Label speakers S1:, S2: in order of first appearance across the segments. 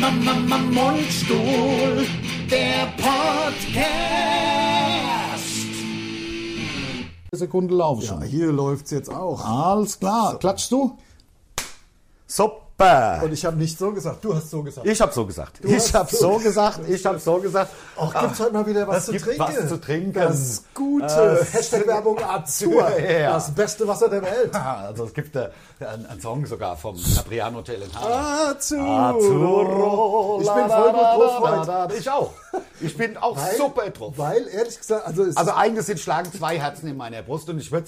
S1: Mama, Mama, Mundstuhl, der Podcast.
S2: Sekunde laufe
S3: Ja,
S2: schon.
S3: hier läuft's jetzt auch.
S2: Alles klar. Klatschst du?
S3: Und
S4: Super!
S3: ich habe nicht so gesagt, du hast so gesagt.
S4: Ich habe so gesagt.
S3: hast
S4: ich habe
S3: so-
S4: so gesagt. Ich habe so gesagt.
S3: Auch gibt's heute mal wieder was, zu
S4: Ah, gibt
S3: trinken.
S4: was zu trinken.
S3: Das gute
S4: Äh,
S3: Hashtag Werbung Azur.
S4: Ja.
S3: Das beste Wasser der Welt.
S4: Ah, Also es gibt äh, einen, einen Song sogar vom Adriano Celentano.
S3: Azur.
S4: Azzurro,
S3: Ah. Ich
S4: la,
S3: bin
S4: la,
S3: voll
S4: la,
S3: gut drauf
S4: la,
S3: heute.
S4: la, la. Ich auch. Ich bin auch
S3: Weil-
S4: super drauf.
S3: Weil, ehrlich gesagt, also es
S4: Also eigentlich sind schlagen zwei Herzen in meiner Brust und ich würde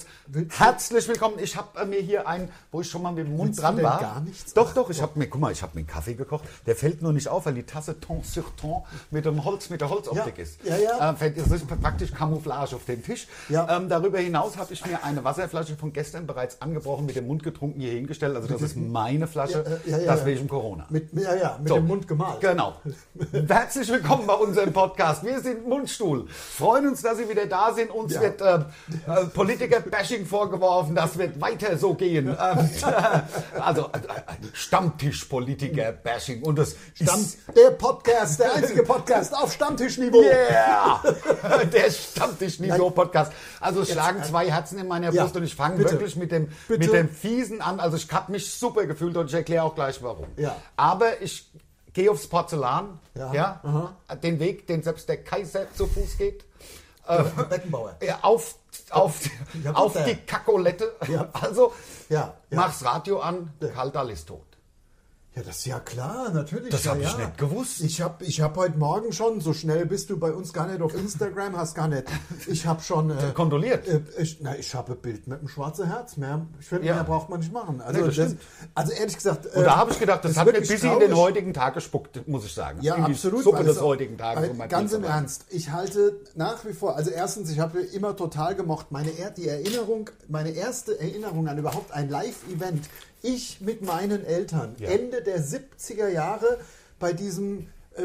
S4: herzlich willkommen. Ich habe äh, mir hier einen, wo ich schon mal mit dem Mund
S3: Willst du
S4: dran
S3: denn
S4: war.
S3: gar nichts
S4: Doch, doch. Ich habe mir, guck mal, ich habe mir einen Kaffee gekocht. Der fällt nur nicht auf, weil die Tasse Ton sur Ton mit dem Holz, mit der Holzoptik
S3: Ja,
S4: ist.
S3: ja, ja.
S4: Äh, fällt- es ist praktisch Camouflage auf dem Tisch.
S3: Ja.
S4: Ähm, darüber hinaus habe ich mir eine Wasserflasche von gestern bereits angebrochen, mit dem Mund getrunken hier hingestellt. Also das ist meine Flasche.
S3: Ja, äh, ja, ja,
S4: das
S3: ja.
S4: wegen Corona.
S3: mit, ja, ja, mit
S4: So.
S3: dem Mund gemalt.
S4: Genau. Herzlich willkommen bei unserem Podcast. Wir sind Mundstuhl. Freuen uns, dass Sie wieder da sind. Uns wird ähm, äh, Politiker-Bashing vorgeworfen. Das wird weiter so gehen. Ähm, also äh, Stammtisch-Politiker-Bashing. Und das
S3: Stamm,
S4: ist...
S3: der Podcast, der einzige Podcast auf Stammtischniveau.
S4: Yeah! Der Stammtisch-Niveau-Podcast. Also es schlagen zwei Herzen in meiner
S3: äh, Ja,
S4: Brust und ich fange
S3: bitte.
S4: wirklich mit dem,
S3: Bitte.
S4: mit dem Fiesen an. Also ich habe mich super gefühlt und ich erkläre auch gleich warum.
S3: Ja.
S4: Aber ich gehe aufs Porzellan,
S3: Ja,
S4: ja. den Weg, den selbst der Kaiser zu Fuß geht.
S3: Beckenbauer.
S4: Ja, auf, auf,
S3: Ja, gut,
S4: auf
S3: äh.
S4: die Kakolette.
S3: Ja.
S4: Also
S3: Ja, ja.
S4: mach's Radio an, Kaldal ist tot.
S3: Ja, das ist ja klar, natürlich.
S4: Das
S3: ja,
S4: hab ich
S3: ja.
S4: nicht gewusst.
S3: Ich habe ich hab heute Morgen schon, so schnell bist du bei uns gar nicht auf Instagram, hast gar nicht. Ich habe schon. Äh,
S4: Kondoliert.
S3: Äh, ich na, ich habe ein Bild mit dem schwarzen Herz. Mehr, ich finde,
S4: Ja.
S3: mehr braucht man nicht machen. Also,
S4: Nee, das
S3: das
S4: stimmt.
S3: also ehrlich gesagt.
S4: Und da habe ich gedacht, das hat mir bis in den
S3: heute
S4: heutigen Tag gespuckt, muss ich sagen.
S3: ja,
S4: in die
S3: absolut.
S4: Suppe
S3: weil
S4: des
S3: es-
S4: heutigen Tages.
S3: weil-
S4: um mein
S3: Ganz
S4: Bild
S3: im
S4: zu machen.
S3: Ernst. Ich halte nach wie vor, also erstens, ich habe immer total gemocht, meine, er- die Erinnerung, meine erste Erinnerung an überhaupt ein Live-Event, ich mit meinen Eltern,
S4: Ja.
S3: Ende der 70er Jahre bei diesem äh,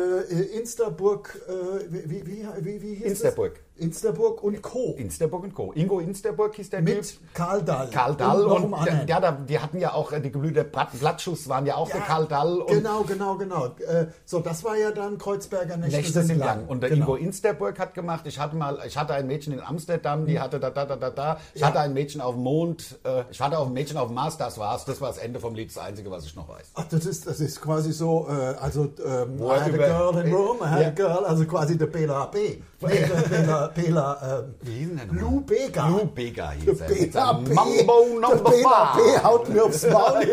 S3: Insterburg, äh, wie, wie, wie, wie hieß
S4: Insterburg.
S3: es? Insterburg und Co.
S4: Insterburg und Co. Ingo Insterburg hieß der
S3: mit
S4: Typ.
S3: Karl Dahl.
S4: Karl Dall
S3: noch um
S4: und,
S3: einem anderen.
S4: ja, da, die hatten ja auch äh, die geblühte Blatt, Blattschuss waren ja auch der Karl Dall und
S3: Genau, genau, genau. Äh, so, das war ja dann Kreuzberger Nächte,
S4: Nächte sind lang. Und der
S3: genau.
S4: Ingo Insterburg hat gemacht, ich hatte mal, ich hatte ein Mädchen in Amsterdam, die hatte da, da, da, da, da. Ich
S3: Hm. Ja.
S4: hatte ein Mädchen auf dem Mond, äh, ich hatte auch ein Mädchen auf dem Mars, das war's. Das war das Ende vom Lied, das Einzige, was ich noch weiß.
S3: Ach, das ist, das ist quasi so, äh, also ähm, I
S4: er
S3: had a
S4: über-
S3: girl in room, I had
S4: Ja.
S3: a girl, also quasi der PLAP. Nee, der Pela, Pela, ähm,
S4: Wie hieß denn der nochmal?
S3: Lou Bega.
S4: Lou Bega hieß
S3: Der
S4: er mit
S3: PLAP.
S4: seinem Mambo
S3: Der
S4: Number
S3: PLAP
S4: Five.
S3: haut mir aufs Maul.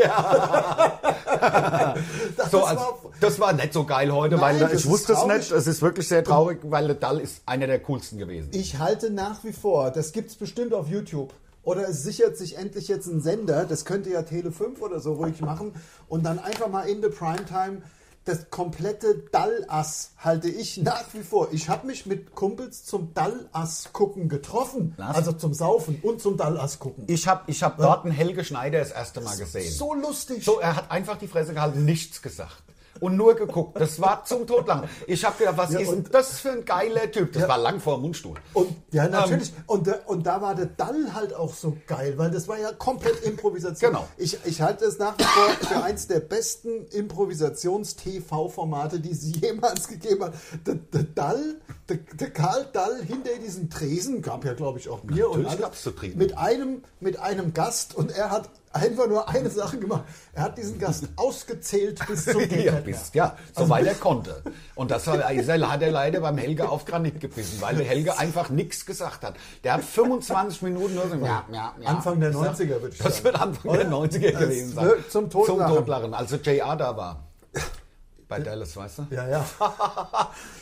S3: das
S4: So,
S3: war-
S4: also, das war nicht so geil heute,
S3: Nein,
S4: weil
S3: das
S4: ich
S3: ist
S4: wusste es
S3: traurig.
S4: nicht. Es ist wirklich sehr traurig, weil der Dall ist einer der coolsten gewesen.
S3: ich halte nach wie vor, das gibt's bestimmt auf YouTube. Oder es sichert sich endlich jetzt ein Sender, das könnte ja Tele 5 oder so ruhig machen und dann einfach mal in the Primetime das komplette Dallass halte ich nach wie vor. Ich habe mich mit Kumpels zum Dallass gucken getroffen,
S4: Was?
S3: also zum Saufen und zum Dallass gucken.
S4: Ich habe ich hab dort einen Helge Schneider das erste Mal gesehen.
S3: So lustig.
S4: So, er hat einfach die Fresse gehalten, nichts gesagt. Und nur geguckt. Das war zum Tod lang. Ich habe gedacht, was
S3: Ja,
S4: ist
S3: und-
S4: das für ein geiler Typ? Das war lang vor dem Mundstuhl.
S3: Und ja,
S4: Ähm,
S3: natürlich. und, da- und da war der Dall halt auch so geil, weil das war ja komplett Improvisation.
S4: Genau.
S3: Ich, ich halte es nach wie vor für eins der besten Improvisations-TV-Formate, die es jemals gegeben hat. Der, der Dall, der, der Karl Dall hinter diesen Tresen, gab ja, glaube ich, auch Bier und
S4: Natürlich
S3: alles.
S4: gab's zu trinken.
S3: Mit einem, mit einem Gast und er hat einfach nur eine Sache gemacht. Er hat diesen Gast ausgezählt bis zum Geht
S4: Ja,
S3: nicht mehr.
S4: bist, ja, Also soweit er konnte. Und das war- ist er- hat er leider beim Helge auf Granit gebissen, weil der Helge einfach nichts gesagt hat. Der hat 25 Minuten nur so ja, ja, ja.
S3: Anfang der
S4: gesagt.
S3: 90er, würde ich
S4: Das
S3: sagen.
S4: wird Anfang der 90er
S3: Das
S4: gewesen sein.
S3: wird zum Totlachen.
S4: Zum Totlachen, als der JR da war. Bei Dallas, weißt du?
S3: Ja, ja.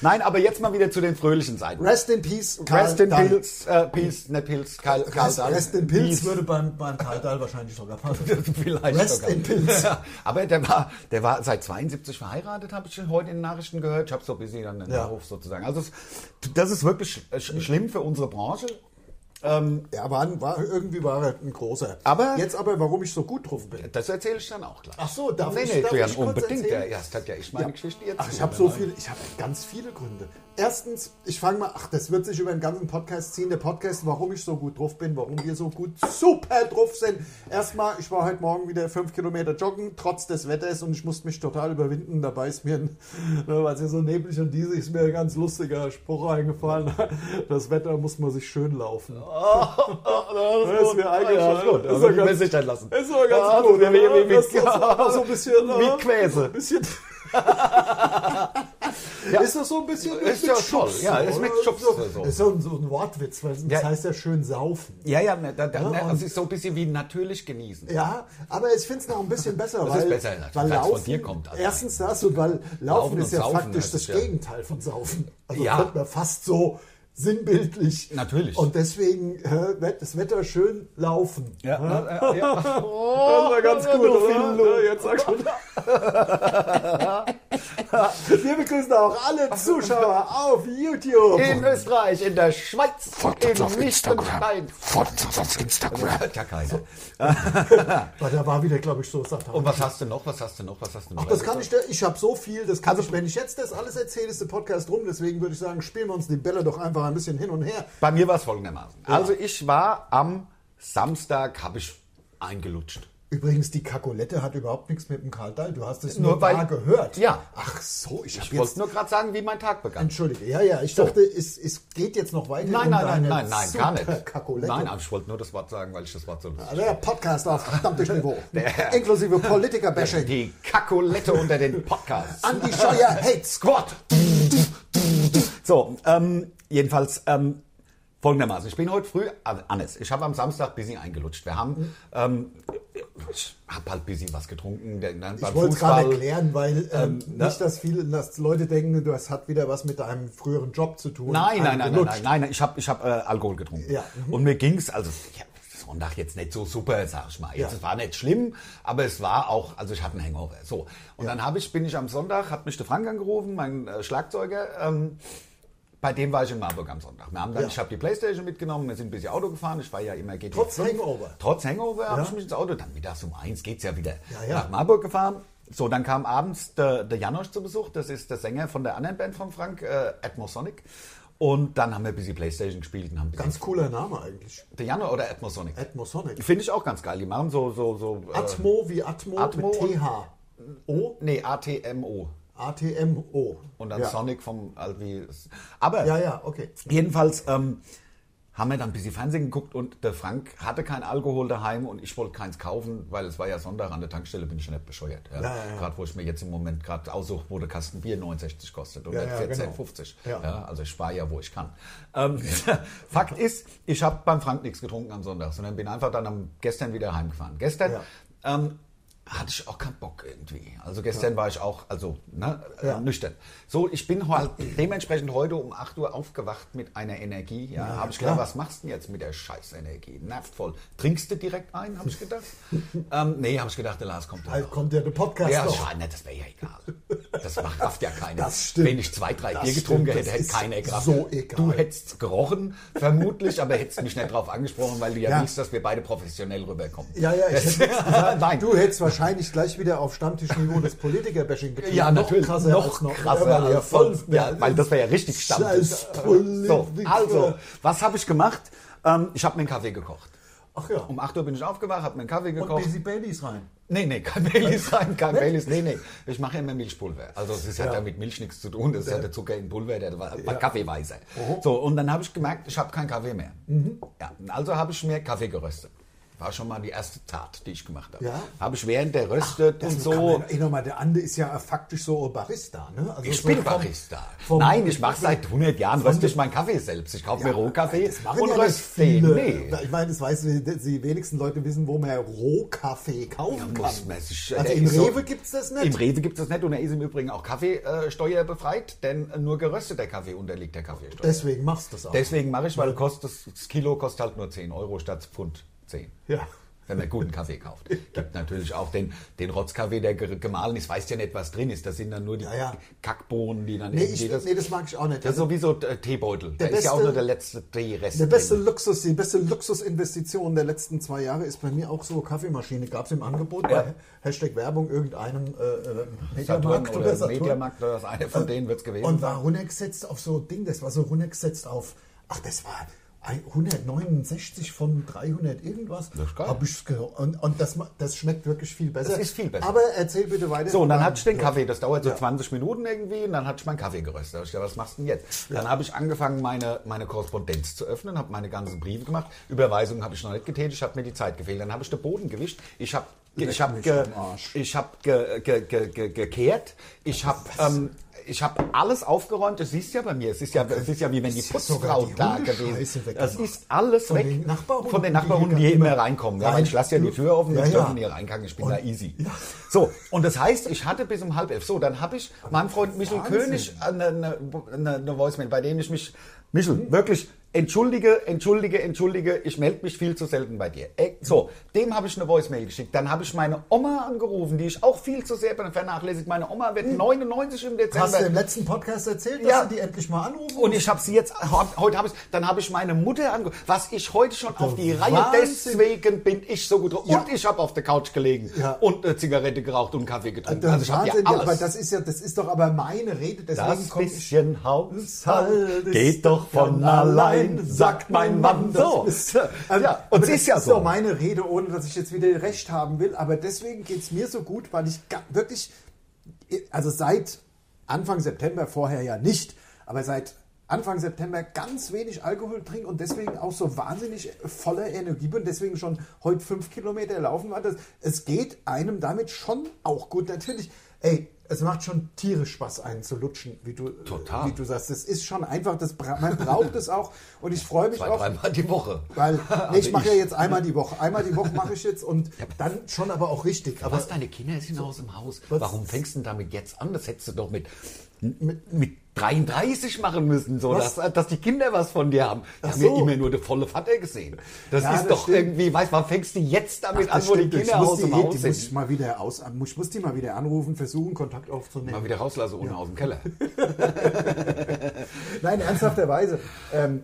S4: Nein, aber jetzt mal wieder zu den fröhlichen Seiten.
S3: Rest in Peace, Karl
S4: Rest in
S3: Dall.
S4: Pilz, äh, Pilz, ne Pilz, Karl, Karl
S3: Rest,
S4: Dahl.
S3: Rest in Pilz
S4: Pilz.
S3: würde beim, beim Karl Dahl wahrscheinlich sogar passen.
S4: Vielleicht
S3: Rest
S4: sogar.
S3: in Pilz.
S4: Ja, aber der war, der war seit 72 verheiratet, habe ich heute in den Nachrichten gehört. Ich habe so ein bisschen an den
S3: Ja.
S4: äh, Nachruf sozusagen. Also es- das ist wirklich sch sch schlimm für unsere Branche. Ähm,
S3: Er war, war irgendwie war er ein großer.
S4: Aber-
S3: jetzt aber, warum ich so gut drauf bin.
S4: das erzähle ich dann auch gleich.
S3: Ach so, darf
S4: nee,
S3: ich-
S4: nee,
S3: darf
S4: Björn,
S3: ich kurz
S4: unbedingt.
S3: erzählen?
S4: Ja, erst hat ja ich meine Geschichte Genau. jetzt.
S3: Ach, ich habe so viele, ich habe ganz viele Gründe. Erstens, ich fange mal, ach, das wird sich über den ganzen Podcast ziehen. Der Podcast, warum ich so gut drauf bin, warum wir so gut super drauf sind. Erstmal, ich war heute Morgen wieder fünf Kilometer joggen, trotz des Wetters und ich musste mich total überwinden. Dabei ist mir, ein- ne, weil es ja so neblig und diesig ist, mir ein ganz lustiger Spruch eingefallen. Das Wetter muss man sich schön laufen.
S4: Das
S3: Das ist mir eigentlich
S4: ja,
S3: schon
S4: gut.
S3: Das
S4: Das
S3: ist ja
S4: ist
S3: ganz-
S4: ganz, lassen.
S3: Ist aber ganz
S4: Ja, also
S3: gut.
S4: das
S3: oder?
S4: ist wie- wie-
S3: Das ist so so ein bisschen. ne?
S4: Wie Quäse.
S3: bisschen. Ist das so ein bisschen
S4: Ist
S3: mit
S4: ja
S3: Schubsen,
S4: toll. Ja, ist mit
S3: oder?
S4: Schubsen so.
S3: so. Ist so ein, so ein Wortwitz, weil das
S4: Ja.
S3: heißt ja schön saufen.
S4: Ja, ja, ne, da, da, ne,
S3: und-
S4: das ist so ein bisschen wie natürlich genießen.
S3: Ja, aber ich finde es noch ein bisschen besser,
S4: Das
S3: weil,
S4: ist besser, natürlich,
S3: weil
S4: weil's
S3: Laufen,
S4: von dir kommt, also.
S3: erstens das und weil Laufen,
S4: Laufen
S3: ist
S4: und
S3: ja
S4: Saufen
S3: faktisch
S4: heißt
S3: das
S4: es, ja.
S3: Gegenteil von Saufen. Also
S4: Ja.
S3: könnte man fast so sinnbildlich.
S4: Natürlich.
S3: Und deswegen äh, wird das Wetter schön laufen.
S4: Ja, ja, Ne, äh, ja.
S3: das war ganz gut,
S4: Oh, du
S3: oder? Ja, jetzt sag schon. Wir begrüßen auch alle Zuschauer auf YouTube.
S4: In Österreich, in der Schweiz,
S1: Folgt uns auf
S4: in
S1: Instagram.
S4: Liechtenstein.
S1: Folgt uns auf Instagram.
S4: Hat ja keiner.
S3: Aber da war wieder, glaube ich, so Sachen.
S4: Und was hast du noch? Was hast du noch? Was hast du noch?
S3: Das kann ich, da- ich habe so viel, das
S4: Also
S3: kann ich, wenn ich jetzt das alles erzähle, ist der Podcast rum, deswegen würde ich sagen, spielen wir uns die Bälle doch einfach ein bisschen hin und her.
S4: Bei mir war es folgendermaßen. Also ich war am Samstag, habe ich eingelutscht.
S3: Übrigens, die Kakolette hat überhaupt nichts mit dem Karl Dahl, du hast es nur,
S4: Nur weil-
S3: da gehört.
S4: Ja.
S3: Ach so, ich
S4: Ich
S3: habe jetzt...
S4: wollte nur gerade sagen, wie mein Tag begann.
S3: Entschuldige, ja, ja, ich dachte, es, es geht jetzt noch weiter
S4: Nein,
S3: um
S4: nein, nein,
S3: deine
S4: nein, nein, gar
S3: super
S4: nicht.
S3: Kakolette.
S4: Nein, aber ich wollte nur das Wort sagen, weil ich das Wort so lustig
S3: Also der Podcast auf Stammtischniveau. Inklusive Politiker-Bashing.
S4: Die Kakolette unter den Podcasts.
S3: Andi Scheuer Hate Squad.
S4: Squad! So, ähm, jedenfalls ähm, folgendermaßen. Ich bin heute früh, also anders, ich habe am Samstag ein bisschen eingelutscht. Wir haben, ähm, ich habe halt ein bisschen was getrunken. Dann beim
S3: Ich wollte es gerade
S4: Fußball-
S3: erklären, weil ähm,
S4: ne?
S3: nicht, dass viele dass Leute denken, das hat wieder was mit deinem früheren Job zu tun.
S4: Nein, nein, nein, nein,
S3: Eingelutscht.
S4: nein, nein, nein, ich habe ich hab, äh, Alkohol getrunken.
S3: Ja. mhm.
S4: Und mir ging's also ja, Sonntag jetzt nicht so super, sag ich mal. Jetzt,
S3: Ja.
S4: Es war nicht schlimm, aber es war auch, also ich hatte einen Hangover. So, und dann habe ich, bin ich am Sonntag, hat mich der Frank angerufen, mein äh, Schlagzeuger. Ähm, bei dem war ich in Marburg am Sonntag. Wir haben dann,
S3: Ja.
S4: Ich habe die Playstation mitgenommen, wir sind ein bisschen Auto gefahren. Ich war ja immer GT5.
S3: Trotz Hangover.
S4: Trotz Hangover habe
S3: Ja.
S4: ich mich ins Auto. Dann mittags um eins geht's ja wieder
S3: Ja, ja.
S4: nach Marburg gefahren. So, dann kam abends der, der Janosch zu Besuch. Das ist der Sänger von der anderen Band von Frank, äh, Atmosonic. Und dann haben wir ein bisschen Playstation gespielt und haben ein bisschen-
S3: Ganz cooler Name eigentlich.
S4: der Janosch oder Atmosonic.
S3: Atmosonic.
S4: Finde ich auch ganz geil. Die machen so so so. Äh,
S3: Atmo wie Atmo,
S4: Atmo
S3: mit
S4: und-
S3: TH. O?
S4: nee, ATMO
S3: A-T-M-O.
S4: und dann
S3: ja.
S4: Sonic vom also wie. Aber
S3: Ja, ja, okay.
S4: Jedenfalls ähm, haben wir dann ein bisschen Fernsehen geguckt und der Frank hatte kein Alkohol daheim und ich wollte keins kaufen, weil es war ja Sonntag an der Tankstelle, bin ich schon nicht bescheuert. Ja?
S3: Ja, ja, ja.
S4: Gerade wo ich mir jetzt im Moment gerade aussuche, wo der Kasten Bier 69 kostet oder
S3: Ja, ja,
S4: 14,50.
S3: genau. Ja.
S4: Ja, also ich spare ja, wo ich kann. Ähm, Fakt ist, ich habe beim Frank nichts getrunken am Sonntag, sondern bin einfach dann am, gestern wieder heimgefahren. Gestern
S3: Ja.
S4: ähm, hatte ich auch keinen Bock irgendwie. Also gestern war ich auch, also ne, äh,
S3: Ja. Also, äh,
S4: nüchtern. So, ich bin halt dementsprechend heute um 8 Uhr aufgewacht mit einer Energie. Ja, habe ich
S3: klar.
S4: gedacht, was machst du denn jetzt mit der Scheißenergie? Nervt voll. Trinkst du direkt ein, habe ich gedacht. ähm, nee, habe ich gedacht, der Lars kommt dann
S3: Halt
S4: noch.
S3: kommt ja der Podcast
S4: Ja,
S3: noch.
S4: schade, ne, das wäre ja egal. Das macht rafft ja keiner.
S3: Das stimmt.
S4: Wenn ich zwei, drei
S3: Das
S4: Bier getrunken
S3: stimmt,
S4: hätte,
S3: das
S4: hätte
S3: ist
S4: keiner gerafft.
S3: so egal.
S4: Du hättest gerochen, vermutlich, aber hättest mich nicht drauf angesprochen, weil du ja,
S3: Ja.
S4: willst, dass wir beide professionell rüberkommen.
S3: Ja, ja, ich hätte nichts gesagt.
S4: Nein.
S3: Du hättest wahrscheinlich gleich wieder auf Stammtischniveau das Politiker-Bashing betrieben.
S4: Ja,
S3: Noch
S4: natürlich.
S3: Krasser
S4: noch
S3: als noch
S4: krasser
S3: Ja, weil
S4: als
S3: ja, voll-
S4: sonst. Ja, weil das wäre ja richtig
S3: Scheiß
S4: Stammtisch. So,
S3: Politiker.
S4: also, was habe ich gemacht? Ähm, ich habe mir einen Kaffee gekocht.
S3: Ach ja.
S4: Um 8 Uhr bin ich aufgewacht, habe mir einen Kaffee
S3: Und
S4: gekocht.
S3: Busy Baileys rein.
S4: Nee, nee, kein Baileys rein, kein Baileys, nee, nee. Ich mache ja immer Milchpulver. Also es ist, hat ja mit Milch nichts zu tun, das ist ja der Zucker in Pulver, der war war Kaffeeweißer. So, und dann habe ich gemerkt, ich habe keinen Kaffee mehr.
S3: Mhm.
S4: Ja, also habe ich mir Kaffee geröstet. War schon mal die erste Tat, die ich gemacht habe.
S3: Ja?
S4: Habe ich während der röstet und so.
S3: Ey, nochmal, der Ande ist ja faktisch so Barista, ne? Also
S4: Ich
S3: so
S4: bin
S3: vom-
S4: Barista.
S3: vom-
S4: Nein, ich mache seit 100 Jahren, röste
S3: vom-
S4: ich meinen Kaffee selbst. Ich kaufe
S3: Ja,
S4: mir Rohkaffee
S3: das machen
S4: und
S3: ja nicht
S4: röste den.
S3: viele.
S4: Nee.
S3: Ich meine, das weiß, die wenigsten Leute wissen, wo man Rohkaffee kaufen kann.
S4: Muss man sich-
S3: also
S4: der
S3: im
S4: ist so-
S3: Rewe gibt's das nicht.
S4: Im Rewe gibt es das nicht und er ist im Übrigen auch Kaffeesteuer befreit, denn nur gerösteter Kaffee unterliegt der Kaffeesteuer.
S3: Deswegen machst du das auch.
S4: Deswegen mache ich, weil kostet, das Kilo kostet halt nur 10 Euro statt Pfund 10.
S3: ja.
S4: wenn man guten Kaffee kauft. Gibt natürlich auch den, den Rotzkaffee, der ge- gemahlen ist, weiß ja nicht, was drin ist. Das sind dann nur die
S3: Ja, ja.
S4: Kackbohnen, die dann
S3: Nee,
S4: irgendwie
S3: ich,
S4: das,
S3: nee, das mag ich auch nicht.
S4: das ist
S3: Also,
S4: sowieso äh, Teebeutel. Da
S3: Der
S4: ist ja auch
S3: beste-
S4: nur der letzte Teerest.
S3: der beste
S4: drin.
S3: Luxus, die beste Luxusinvestition der letzten zwei Jahre ist bei mir auch so Kaffeemaschine. Gab es im Angebot
S4: Ja.
S3: bei Hashtag Werbung irgendeinem äh, äh,
S4: Saturn
S3: Mediamarkt
S4: oder
S3: oder Saturn.
S4: Mediamarkt oder das eine von denen wird es gewesen
S3: Und war runtergesetzt auf so ein Ding, das war so runtergesetzt auf, ach, das war 169 von 300 irgendwas.
S4: Das ist geil.
S3: Hab ich's gehört. Und, und das, ma- das schmeckt wirklich viel besser.
S4: Das ist viel besser.
S3: Aber erzähl bitte weiter.
S4: So, und dann
S3: Von
S4: hatte ich den
S3: deinem-
S4: Kaffee. Das dauert so 20 Minuten irgendwie. Und dann hatte ich meinen Kaffee geröstet. Da hab ich gedacht, was machst du denn jetzt? Dann habe ich angefangen, meine, meine Korrespondenz zu öffnen, habe meine ganzen Briefe gemacht. Überweisungen habe ich noch nicht getätigt, habe mir die Zeit gefehlt. Dann habe ich den Boden gewischt. Ich habe ich habe
S3: mich
S4: ge,
S3: am Arsch.
S4: ich hab ge, ge, ge, ge, gekehrt. Ich habe ähm, ich habe alles aufgeräumt. Das siehst ja bei mir. Es ist ja, es ist ja wie wenn die
S3: ist ja sogar
S4: Putzfrau
S3: die
S4: da
S3: Hundescheiße
S4: gewesen Das
S3: weggemacht.
S4: ist alles
S3: Von
S4: weg.
S3: den Nachbarhunden,
S4: Von den
S3: die
S4: Nachbarhunden, die
S3: hier
S4: hier immer
S3: immer-
S4: reinkommen. Ja,
S3: Nein.
S4: weil ich lasse ja die Tür offen,
S3: Ja,
S4: ja,
S3: ja.
S4: dürfen hier reinkommen. Ich bin da easy. So, und das heißt, ich hatte bis um halb elf. So, dann habe ich meinem Freund Michel König eine, eine, eine, eine Voicemail, bei dem ich mich, Michel, wirklich, entschuldige, entschuldige, entschuldige, ich melde mich viel zu selten bei dir. Äh, So, dem habe ich eine Voicemail geschickt. Dann habe ich meine Oma angerufen, die ich auch viel zu sehr vernachlässigt. Meine Oma wird 99 im Dezember.
S3: Hm. Hast du im letzten Podcast erzählt, dass
S4: Ja.
S3: du die endlich mal anrufen
S4: Und ich habe sie jetzt, hab, heute habe ich, dann habe ich meine Mutter angerufen, was ich heute schon auf die Reihe,
S3: Wahnsinn.
S4: deswegen bin ich so gut drauf.
S3: Ja.
S4: Und ich habe auf der Couch gelegen
S3: Ja.
S4: und eine Zigarette geraucht und einen Kaffee getrunken.
S3: Das
S4: also ich habe ja
S3: Wahnsinn, ja,
S4: alles.
S3: aber das ist ja, das ist doch aber meine Rede, deswegen
S4: Das
S3: komme ich.
S4: bisschen Haushalt
S3: Haushalt Halt ist
S4: geht doch von allein, sagt mein Mann so.
S3: Das ist- äh,
S4: ja, und
S3: aber
S4: es
S3: das
S4: ist ja
S3: ist
S4: so.
S3: doch meine Rede, ohne dass ich jetzt wieder recht haben will. Aber deswegen geht es mir so gut, weil ich ga- wirklich, also seit Anfang September, vorher ja nicht, aber seit Anfang September ganz wenig Alkohol trinke und deswegen auch so wahnsinnig voller Energie bin. Deswegen schon heute fünf Kilometer laufen war. Das, es geht einem damit schon auch gut. Natürlich, ey, es macht schon tierisch Spaß, einen zu lutschen, wie du,
S4: Total.
S3: Wie du sagst. Das ist schon einfach, das, bra- man braucht es auch. Und ich freue mich
S4: Zwei,
S3: auch.
S4: dreimal die Woche.
S3: Weil
S4: Also
S3: nee, ich mache ja jetzt einmal die Woche. Einmal die Woche mache ich jetzt und dann schon aber auch richtig. Aber
S4: Was, deine Kinder sind aus dem Haus.
S3: Was-
S4: Warum fängst du denn damit jetzt an? Das hättest du doch mit, mit, mit 33 machen müssen, so dass,
S3: Was?
S4: dass die Kinder was von dir haben. Die
S3: Ach
S4: haben
S3: so.
S4: ja immer nur der volle Vater gesehen. Das
S3: Ja,
S4: ist
S3: das
S4: doch
S3: stimmt.
S4: irgendwie, weißt du, warum fängst du jetzt damit
S3: das
S4: an, wo die
S3: stimmt,
S4: Kinder
S3: ich muss
S4: aus dem
S3: die,
S4: Haus
S3: die muss ich
S4: sind?
S3: mal wieder aus, ich muss die mal wieder anrufen, versuchen Kontakt aufzunehmen.
S4: Mal wieder rauslassen ohne aus dem Keller.
S3: Nein, ernsthafterweise. Ähm,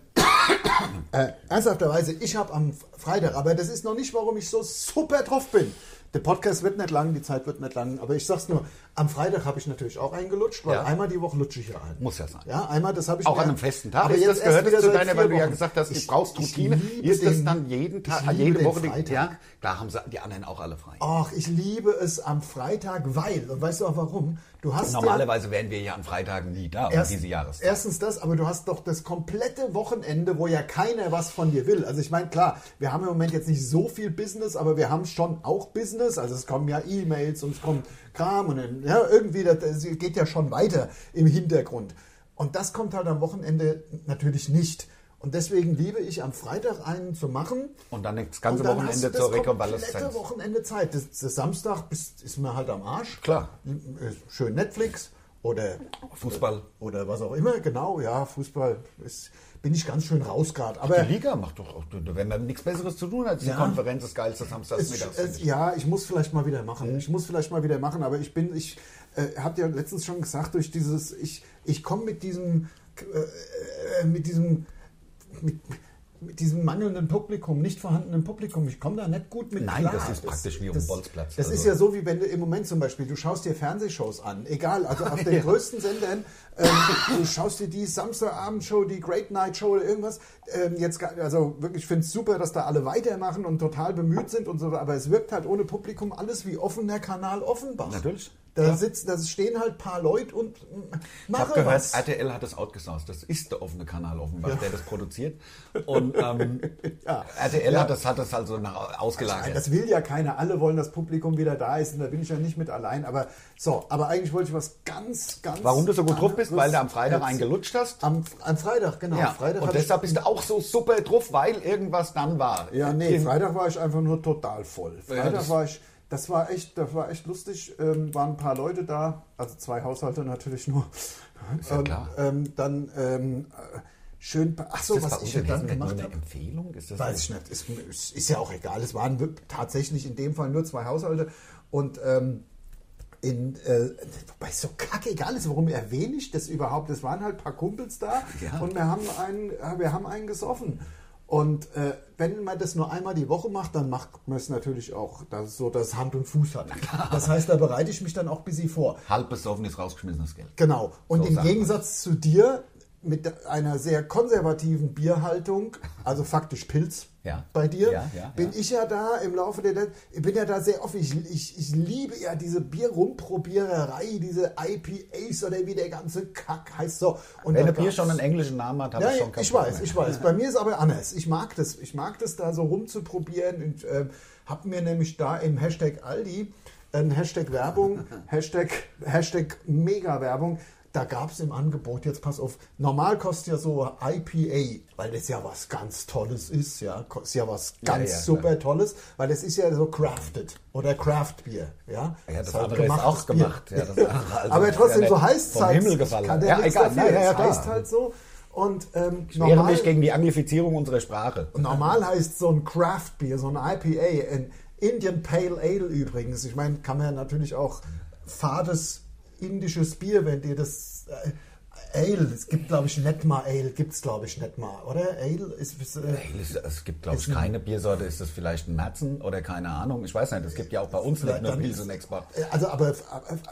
S3: äh, ernsthafterweise, ich habe am Freitag, aber das ist noch nicht, warum ich so super drauf bin. Der Podcast wird nicht lang, die Zeit wird nicht lang, aber ich sag's nur, am Freitag habe ich natürlich auch eingelutscht, weil
S4: Ja.
S3: einmal die Woche lutsche ich ja ein.
S4: Muss ja sein.
S3: Ja, einmal, das habe ich
S4: Auch
S3: mir-
S4: an einem festen Tag.
S3: Aber
S4: ist
S3: jetzt
S4: das
S3: erst
S4: gehört
S3: wieder
S4: jetzt zu
S3: seit
S4: deiner,
S3: vier
S4: weil du ja
S3: Wochen.
S4: gesagt hast, du
S3: Ich-
S4: brauchst
S3: ich
S4: Routine.
S3: liebe
S4: Ist das
S3: den-
S4: dann jeden Tag,
S3: ich liebe
S4: jede
S3: den
S4: Woche? die-
S3: Freitag.
S4: Ja, da haben sie die anderen auch alle frei.
S3: Ach, ich liebe es am Freitag, weil, und weißt du auch warum? Du hast ja-
S4: Normalerweise wären wir ja an Freitagen nie da, um
S3: Erst-
S4: diese Jahreszeit.
S3: Erstens das, aber du hast doch das komplette Wochenende, wo ja keiner was von dir will. Also ich meine, klar, wir haben im Moment jetzt nicht so viel Business, aber wir haben schon auch Business. Also es kommen ja E-Mails und es kommt Kram und dann, ja, irgendwie, das, das geht ja schon weiter im Hintergrund. Und das kommt halt am Wochenende natürlich nicht. Und deswegen liebe ich am Freitag einen zu machen.
S4: Und dann das ganze
S3: Und dann hast
S4: Wochenende
S3: du das
S4: zur
S3: komplette
S4: Rekonvaleszenz.
S3: Wochenende Zeit. Das, das Samstag bist, ist mir halt am Arsch.
S4: Klar.
S3: Schön Netflix oder
S4: Fußball.
S3: oder was auch immer, genau, ja, Fußball ist, bin ich ganz schön raus gerade. Aber
S4: Die Liga macht doch, auch- wenn man nichts Besseres zu tun hat, ist
S3: Äh. Ja.
S4: die Konferenz das geilste Samstags
S3: es,
S4: mittags.
S3: es, ja, ich muss vielleicht mal wieder machen.
S4: Mhm.
S3: Ich muss vielleicht mal wieder machen, aber ich bin, ich äh, habe ja letztens schon gesagt, durch dieses, ich, ich komme mit diesem, äh, äh, mit diesem, mit, mit diesem mangelnden Publikum, nicht vorhandenen Publikum, ich komme da nicht gut mit
S4: Nein,
S3: klar.
S4: das ist praktisch wie auf dem Bolzplatz.
S3: Das ist
S4: Also-
S3: ja so, wie wenn du im Moment zum Beispiel, du schaust dir Fernsehshows an, egal, also auf den größten Sendern, ähm, du schaust dir die Samstagabendshow, die Great Night Show oder irgendwas, ähm, jetzt, ga- also wirklich, ich finde es super, dass da alle weitermachen und total bemüht sind und so, aber es wirkt halt ohne Publikum alles wie offener Kanal Offenbach.
S4: Natürlich.
S3: Da, sitzen, da stehen halt ein paar Leute und mm,
S4: Ich
S3: machen
S4: habe gehört,
S3: was.
S4: RTL hat das outgesourced. Das ist der offene Kanal offenbar, der das produziert. Und ähm, RTL hat das hat das also nach,
S3: Nein,
S4: ausgelagert.
S3: Also, das will ja keiner. Alle wollen, dass Publikum wieder da ist und da bin ich ja nicht mit allein. Aber so, aber eigentlich wollte ich was ganz, ganz.
S4: Warum du so gut drauf bist,
S3: anderes
S4: weil du am Freitag
S3: als-
S4: eingelutscht hast.
S3: Am, am Freitag, genau.
S4: Ja,
S3: Freitag
S4: und
S3: hatte
S4: deshalb bist du auch so super drauf, weil irgendwas dann war.
S3: ich, ja, nee,
S4: Im-
S3: Freitag war ich einfach nur total voll. Freitag
S4: das-
S3: war ich, das war echt, das war echt lustig. Ähm, waren ein paar Leute da, also zwei Haushalte natürlich nur.
S4: ja
S3: ähm,
S4: klar.
S3: ähm, dann ähm, äh, schön. Ach so, was ich denn dann gemacht
S4: eine
S3: habe.
S4: Empfehlung? Ist das
S3: Weiß ich nicht. Ist, ist- ist ja auch egal. Es waren wir- tatsächlich in dem Fall nur zwei Haushalte. Und ähm, in, äh, wobei es so kackegal ist, warum erwähne ich das überhaupt? Es waren halt ein paar Kumpels da
S4: Ja.
S3: und wir haben einen, äh, wir haben einen gesoffen. Und äh, wenn man das nur einmal die Woche macht, dann macht man es natürlich auch dass, so, dass es Hand und Fuß hat. Das heißt, da bereite ich mich dann auch ein bisschen vor.
S4: halb besoffen ist rausgeschmissenes Geld.
S3: Genau. Und
S4: So
S3: im
S4: sagt man.
S3: Gegensatz zu dir, mit einer sehr konservativen Bierhaltung, also faktisch Pilz
S4: Ja.
S3: bei dir,
S4: Ja, ja,
S3: bin
S4: ja.
S3: ich ja da im Laufe der Let ich bin ja da sehr offen. Ich, ich, ich liebe ja diese Bierrumprobiererei, diese IPAs oder wie der ganze Kack heißt so. Und
S4: Wenn
S3: da
S4: ein Bier
S3: gab's-
S4: schon einen englischen Namen hat, habe
S3: ja,
S4: ich
S3: ja,
S4: schon
S3: ich
S4: Bock
S3: weiß,
S4: mehr.
S3: ich weiß. Bei mir ist aber anders. Ich mag das. Ich mag das da so rumzuprobieren und ähm, habe mir nämlich da im Hashtag Aldi ein Hashtag Werbung, Hashtag, Hashtag Mega-Werbung. Da gab es im Angebot, jetzt pass auf, normal kostet ja so IPA, weil das ja was ganz Tolles ist, ja. Ko- Ist ja was
S4: Ja,
S3: ganz
S4: ja,
S3: super Tolles, weil das ist ja so crafted oder Craft Beer, ja.
S4: Ja, das
S3: Ist halt
S4: andere ist
S3: gemachtes
S4: auch
S3: Bier.
S4: gemacht. Ja, das andere, also
S3: aber
S4: ist
S3: trotzdem,
S4: ja
S3: so
S4: nicht
S3: heißt es
S4: Vom
S3: halt.
S4: Himmel gefallen.
S3: Kann der
S4: ja,
S3: nichts
S4: egal.
S3: dafür.
S4: Nein, ja, ja,
S3: es
S4: klar.
S3: heißt halt so. Und ähm,
S4: Wehre
S3: normal,
S4: mich gegen die Anglifizierung unserer Sprache.
S3: normal heißt so ein Craft Beer, so ein IPA, ein Indian Pale Ale übrigens. Ich meine, kann man ja natürlich auch fades indisches Bier, wenn dir das äh, Ale, es gibt glaube ich nicht mal Ale, gibt es glaube ich nicht mal, oder? Ale ist, ist äh,
S4: Ey, es- Es gibt, glaube ich, keine Biersorte. Ist das vielleicht ein Märzen oder keine Ahnung? Ich weiß nicht. Es gibt ja auch bei uns nicht nur
S3: dann-
S4: Pilsen-Export.
S3: Also, aber f-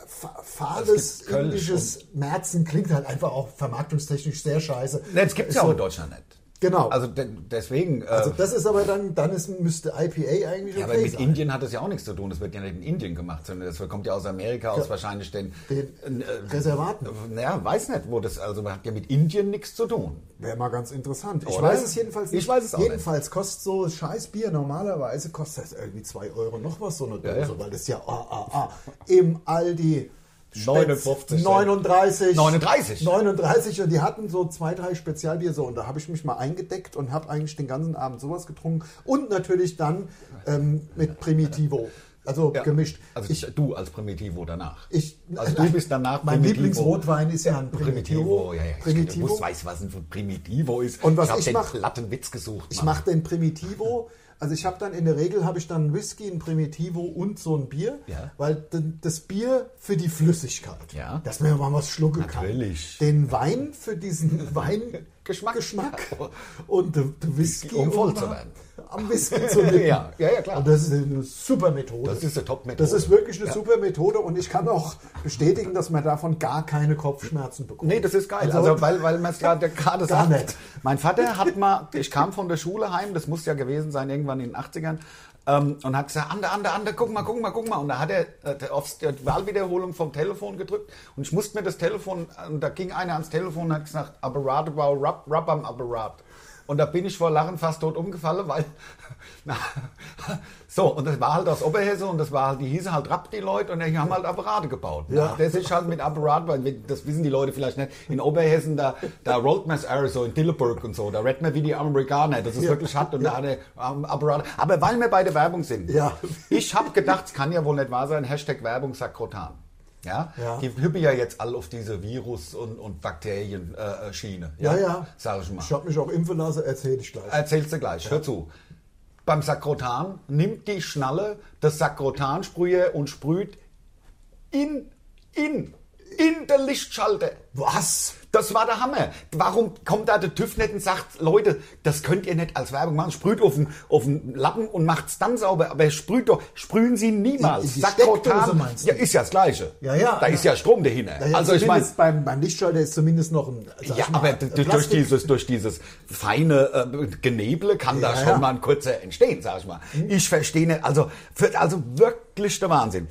S3: f- fades
S4: gibt Kölsch
S3: indisches Märzen klingt halt einfach auch vermarktungstechnisch sehr scheiße.
S4: Ne, Das gibt es
S3: Ist
S4: ja auch
S3: so-
S4: in Deutschland nicht.
S3: Genau.
S4: Also de deswegen. Äh,
S3: Also das ist aber dann, dann ist, müsste IPA eigentlich okay
S4: ja, aber mit
S3: sein.
S4: Indien hat das ja auch nichts zu tun. Das wird ja nicht in Indien gemacht, sondern das kommt ja aus Amerika, aus wahrscheinlich den,
S3: Den
S4: äh,
S3: Reservaten.
S4: Naja, weiß nicht, wo das. Also man hat ja mit Indien nichts zu tun.
S3: Wäre mal ganz interessant. Ich
S4: Oder?
S3: weiß es jedenfalls
S4: Ich
S3: nicht.
S4: weiß es auch
S3: Jedenfalls kostet so scheiß Bier normalerweise, kostet das irgendwie 2 Euro noch was, so eine Dose,
S4: ja.
S3: weil das ja ah, ah, ah, im Aldi Spätz-
S4: 59 Cent.
S3: 39,
S4: 39.
S3: 39 und die hatten so zwei, drei Spezialbier so und da habe ich mich mal eingedeckt und habe eigentlich den ganzen Abend sowas getrunken und natürlich dann ähm, mit Primitivo, also
S4: Ja.
S3: gemischt.
S4: Also
S3: ich,
S4: du als Primitivo danach.
S3: ich,
S4: also du bist danach
S3: mein
S4: Primitivo.
S3: Lieblingsrotwein ist ja ein Primitivo.
S4: Primitivo, ja, ja. Ich
S3: Primitivo.
S4: muss weiß, was ein Primitivo ist.
S3: Und was
S4: ich
S3: ich
S4: habe
S3: mach-
S4: den platten Witz gesucht.
S3: Ich
S4: Mann.
S3: mache den Primitivo. Also ich habe dann in der Regel habe ich dann einen Whisky, ein Primitivo und so ein Bier,
S4: Ja.
S3: weil d- das Bier für die Flüssigkeit,
S4: Ja.
S3: dass man ja mal was schlucken
S4: Natürlich.
S3: kann. Den Wein für diesen Weingeschmack
S4: Geschmack.
S3: Geschmack und der der Whisky
S4: Um voll zu werden.
S3: Am Whisky zu nippen.
S4: Ja, ja, ja, klar.
S3: Und das ist eine super Methode.
S4: Das ist eine Top-Methode.
S3: Das ist wirklich eine
S4: Ja.
S3: super Methode und ich kann auch bestätigen, dass man davon gar keine Kopfschmerzen bekommt.
S4: Nee, das ist geil. Also, weil, weil man es gerade gerade
S3: Gar
S4: sagt.
S3: nicht.
S4: Mein Vater hat mal, ich kam von der Schule heim, das muss ja gewesen sein, irgendwann in den 80ern, ähm, und hat gesagt, Ander, Ander, Ander, guck mal, guck mal, guck mal. Und da hat er äh, auf die Wahlwiederholung vom Telefon gedrückt und ich musste mir das Telefon, und da ging einer ans Telefon und hat gesagt, Apparat, wow, rap, rap am Apparat. Und da bin ich vor Lachen fast tot umgefallen, weil. Na, so, und das war halt aus Oberhesse und das war halt, die hießen halt Rapp, die Leute, und die haben halt Apparate gebaut. ne?
S3: Ja.
S4: Der das ist halt mit Apparat, weil wir- das wissen die Leute vielleicht nicht. In Oberhessen, da, da rollt man es eher so in Dilleburg und so, da redet man wie die Amerikaner, das ist wirklich hart und da hat er ähm, Apparat. Aber weil wir bei der Werbung sind,
S3: Ja.
S4: ich habe gedacht, es kann ja wohl nicht wahr sein, Hashtag Werbung sakrotan. Ja?
S3: Ja.
S4: die hüppen ja jetzt all auf diese Virus- und, und Bakterienschiene. Äh, Schiene,
S3: Ja, ja.
S4: Sag ich mal.
S3: Ich habe mich auch impfen lassen, erzähle ich gleich.
S4: Erzählst du gleich, hör zu. Beim Sakrotan nimmt die Schnalle das Sakrotansprüher und sprüht in, in, in der Lichtschalter.
S3: Was?
S4: Das war der Hammer. Warum kommt da der TÜV nicht und sagt, Leute, das könnt ihr nicht als Werbung machen. Sprüht auf den, auf den Lappen und macht's dann sauber. Aber sprüht doch, sprühen Sie niemals.
S3: In- in die Steckdose
S4: Sakrotan,
S3: meinst du?
S4: ja, ist ja das Gleiche.
S3: Ja, ja.
S4: Da ist ja Strom dahinter.
S3: Naja,
S4: also ich meine,
S3: zumindest beim, beim Lichtschalter ist zumindest noch ein. sag
S4: ja,
S3: ich Also mal,
S4: aber d- d- durch
S3: Plastik-
S4: dieses, durch dieses feine äh, Geneble kann da
S3: Ja, Mhm.
S4: schon
S3: ja.
S4: mal ein kurzer entstehen, sag ich mal. Ich verstehe nicht, also, für, also wirklich der Wahnsinn.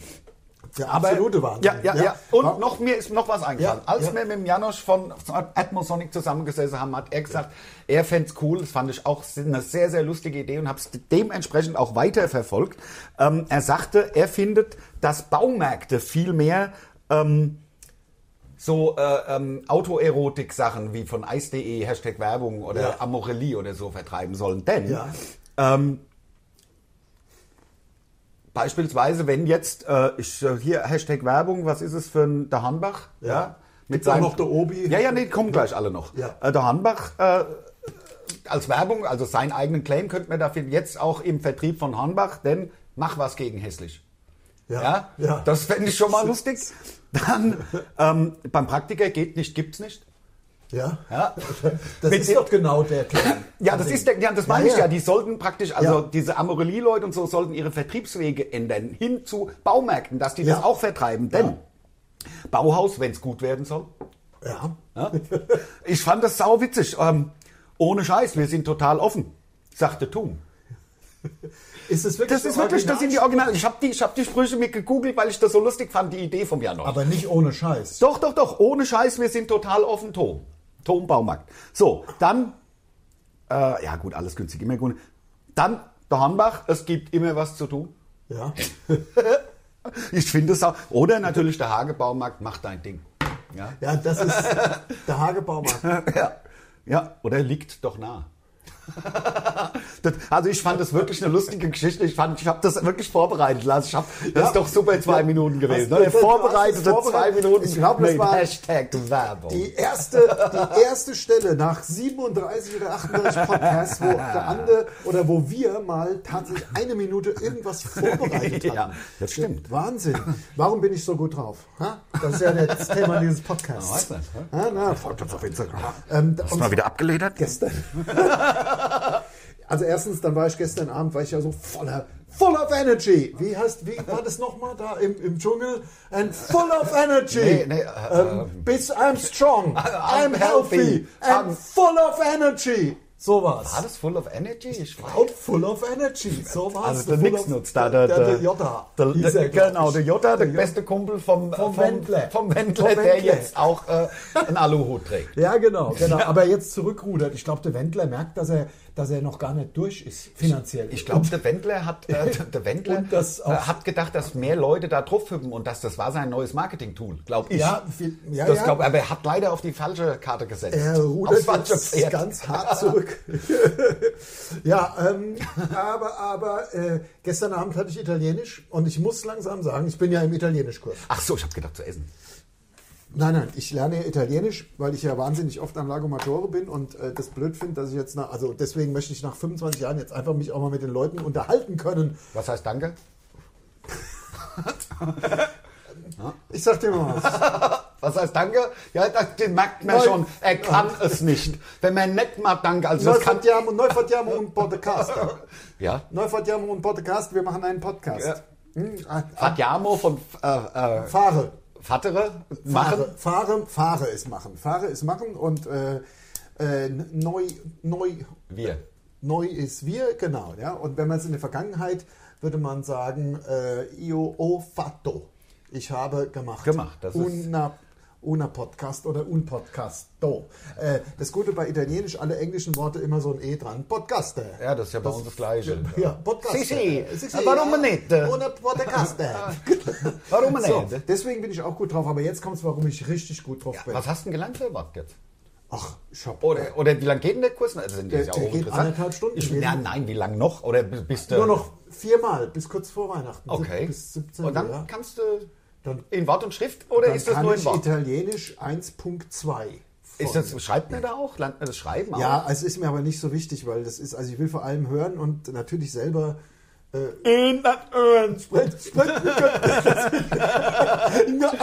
S3: Der absolute Wahnsinn.
S4: Ja, ja, ja. Und
S3: Wa-
S4: noch mir ist noch was eingefallen.
S3: Ja,
S4: Als
S3: ja.
S4: wir mit dem Janosch von Atmosonic zusammengesessen haben, hat er gesagt, er fänd's cool. Das fand ich auch eine sehr, sehr lustige Idee und habe es dementsprechend auch weiterverfolgt. Ähm, er sagte, er findet, dass Baumärkte viel mehr ähm, so äh, ähm, Autoerotik-Sachen wie von Eis.de, Hashtag Werbung oder
S3: Ja.
S4: Amorelie oder so vertreiben sollen. Denn
S3: Ja.
S4: ähm, beispielsweise, wenn jetzt äh, ich, äh, hier Hashtag Werbung, was ist es für ein der Hornbach?
S3: Ja.
S4: Mit
S3: auch
S4: seinem-
S3: noch der Obi.
S4: Ja, ja, nee, kommen gleich alle noch.
S3: Ja.
S4: Äh, der Hanbach äh, als Werbung, also seinen eigenen Claim könnte man dafür jetzt auch im Vertrieb von Hanbach, denn mach was gegen hässlich. Ja, das fände ich schon mal lustig. Dann ähm, beim Praktiker geht nicht, gibt's nicht.
S3: ja.
S4: Ja,
S3: Das
S4: Mit
S3: ist
S4: dem-
S3: doch genau der Klang.
S4: ja das ist der, ja, das
S3: Ja,
S4: meine ich
S3: ja.
S4: ja. Die sollten praktisch, also
S3: Ja.
S4: diese Amorelie-Leute und so sollten ihre Vertriebswege ändern hin zu Baumärkten, dass die das
S3: Ja.
S4: auch vertreiben. Denn Bauhaus, wenn es gut werden soll,
S3: Ja.
S4: Ja? Ich fand das sau witzig. Ähm, ohne Scheiß, wir sind total offen, sagte Tum.
S3: Ist es wirklich
S4: Das ist
S3: der
S4: wirklich, das sind die
S3: Original-
S4: Original. Ich habe die, ich hab die Sprüche mit gegoogelt, weil ich das so lustig fand, die Idee vom Januar.
S3: Aber nicht ohne Scheiß.
S4: doch, doch, doch, ohne Scheiß, wir sind total offen, Tom. Tom Baumarkt. So, dann, äh, ja gut, alles günstig, immer gut. Dann der Hornbach, es gibt immer was zu tun.
S3: Ja.
S4: Ich finde es auch. Oder natürlich der Hagebaumarkt, mach dein Ding. Ja,
S3: Ja, das ist der Hagebaumarkt.
S4: ja. ja oder liegt doch nah. das, also ich fand das wirklich eine lustige Geschichte. Ich fand, ich habe das wirklich vorbereitet. Lars. Ich hab, das
S3: Ja.
S4: ist doch super zwei
S3: Ja.
S4: Minuten gewesen.
S3: Hast-
S4: Ne?
S3: du hast das
S4: Vorbereitete zwei
S3: vorbereitet.
S4: Minuten.
S3: Ich glaub, das
S4: mit
S3: war-
S4: Hashtag Werbung.
S3: Die erste, die erste Stelle nach 37 oder 38 Podcasts, wo der andere oder wo wir mal tatsächlich eine Minute irgendwas vorbereitet
S4: Ja,
S3: haben.
S4: das stimmt.
S3: Wahnsinn. Warum bin ich so gut drauf? Ha? Das ist ja das Thema dieses Podcasts.
S4: weiß nicht, ne?
S3: Ja, na,
S1: Folgt uns auf Instagram.
S3: ähm,
S1: Hast du mal wieder abgeledert?
S3: gestern. also erstens, dann war ich gestern Abend, war ich ja so voller, full of energy. Wie heißt, wie war das nochmal da im, im Dschungel? And full of energy.
S4: Nee, nee, äh,
S3: ähm, bis I'm strong, I'm,
S4: I'm
S3: healthy,
S4: healthy,
S3: and
S4: I'm-
S3: full of energy. So war's.
S4: Alles full of energy? Ich weiß.
S3: Out full of energy. So war's.
S4: Also der
S3: Full
S4: Nix
S3: of-
S4: nutzt da. Der,
S3: der, der Jota.
S4: Der, der,
S3: Hieß er, glaub
S4: genau,
S3: ich.
S4: der Jota, der
S3: Jo-
S4: beste Kumpel vom,
S3: Vom
S4: vom,
S3: Wendler.
S4: vom Wendler,
S3: Vom
S4: der
S3: Wendler.
S4: jetzt auch äh, einen Aluhut trägt.
S3: Ja, genau, genau. Aber jetzt zurückrudert. Ich glaube, der Wendler merkt, dass er, dass er noch gar nicht durch ist, finanziell.
S4: Ich glaube, der Wendler hat, äh, der Wendler
S3: Und das
S4: äh,
S3: auch-
S4: hat gedacht, dass mehr Leute da drauf hüpfen und dass das war sein neues Marketing-Tool, glaube ich.
S3: Ja, viel- ja,
S4: das
S3: ja.
S4: glaub, aber er hat leider auf die falsche Karte gesetzt.
S3: Er
S4: Aufs
S3: rudert
S4: falsche
S3: jetzt
S4: Pferd.
S3: ganz hart zurück. ja, ähm, aber, aber äh, gestern Abend hatte ich Italienisch und ich muss langsam sagen, ich bin ja im Italienischkurs.
S4: Ach so, ich habe gedacht zu essen.
S3: Nein, nein, ich lerne ja Italienisch, weil ich ja wahnsinnig oft am Lago Maggiore bin und äh, das blöd finde, dass ich jetzt nach, also deswegen möchte ich nach 25 Jahren jetzt einfach mich auch mal mit den Leuten unterhalten können.
S4: Was heißt Danke?
S3: Ich sag dir mal was.
S4: Was heißt Danke? Ja, das den merkt man
S3: Nein.
S4: schon. Er kann es nicht. Wenn man nicht mal Danke, also
S3: Neu
S4: das kann.
S3: verdiamo- neu verdiamo un podcast.
S4: Ja.
S3: Neu verdiamo un podcast, wir machen einen Podcast.
S4: Ja.
S3: Hm, ah, ah,
S4: Fatiamo von äh, äh,
S3: fahre.
S4: Vatere machen.
S3: Fahre, fahre, fahre ist machen. Fahre ist machen und äh, äh, neu, neu,
S4: Wir.
S3: neu ist wir, genau. Ja? Und wenn man es in der Vergangenheit, würde man sagen, äh, io ho fatto. Ich habe gemacht.
S4: Gemacht, das ist-
S3: una, una podcast oder un podcasto. Äh, das Gute bei Italienisch, alle englischen Worte immer so ein E dran. Podcaster.
S4: Ja, das ist ja bei uns das Gleiche.
S3: Ja, Podcast.
S4: Si, si. Warum
S3: Ah,
S4: nicht?
S3: Ohne Podcast.
S4: Warum nicht?
S3: so, deswegen bin ich auch gut drauf, aber jetzt kommt es, warum ich richtig gut drauf bin.
S4: Was hast du denn gelernt überhaupt jetzt?
S3: Ach, ich hab
S4: Oder, oder wie lange geht denn der Kurs? noch? Also sind die
S3: Der-
S4: ja
S3: der
S4: auch
S3: geht
S4: interessant.
S3: anderthalb Stunden.
S4: Ich, ja, nein, wie lange noch? Oder bis- bis du.
S3: nur noch viermal bis kurz vor Weihnachten.
S4: Okay.
S3: Bis 17
S4: und dann
S3: Uhr.
S4: kannst du
S3: Dann-
S4: in Wort und Schrift oder
S3: Dann
S4: ist das
S3: kann
S4: nur in
S3: ich
S4: Wort?
S3: Italienisch 1.2.
S4: Ist
S3: von-
S4: das, schreibt man da auch? Lernt man das Schreiben
S3: Ja, es ist mir aber nicht so wichtig, weil das ist, also ich will vor allem hören und natürlich selber. äh,
S4: auch? In that urns.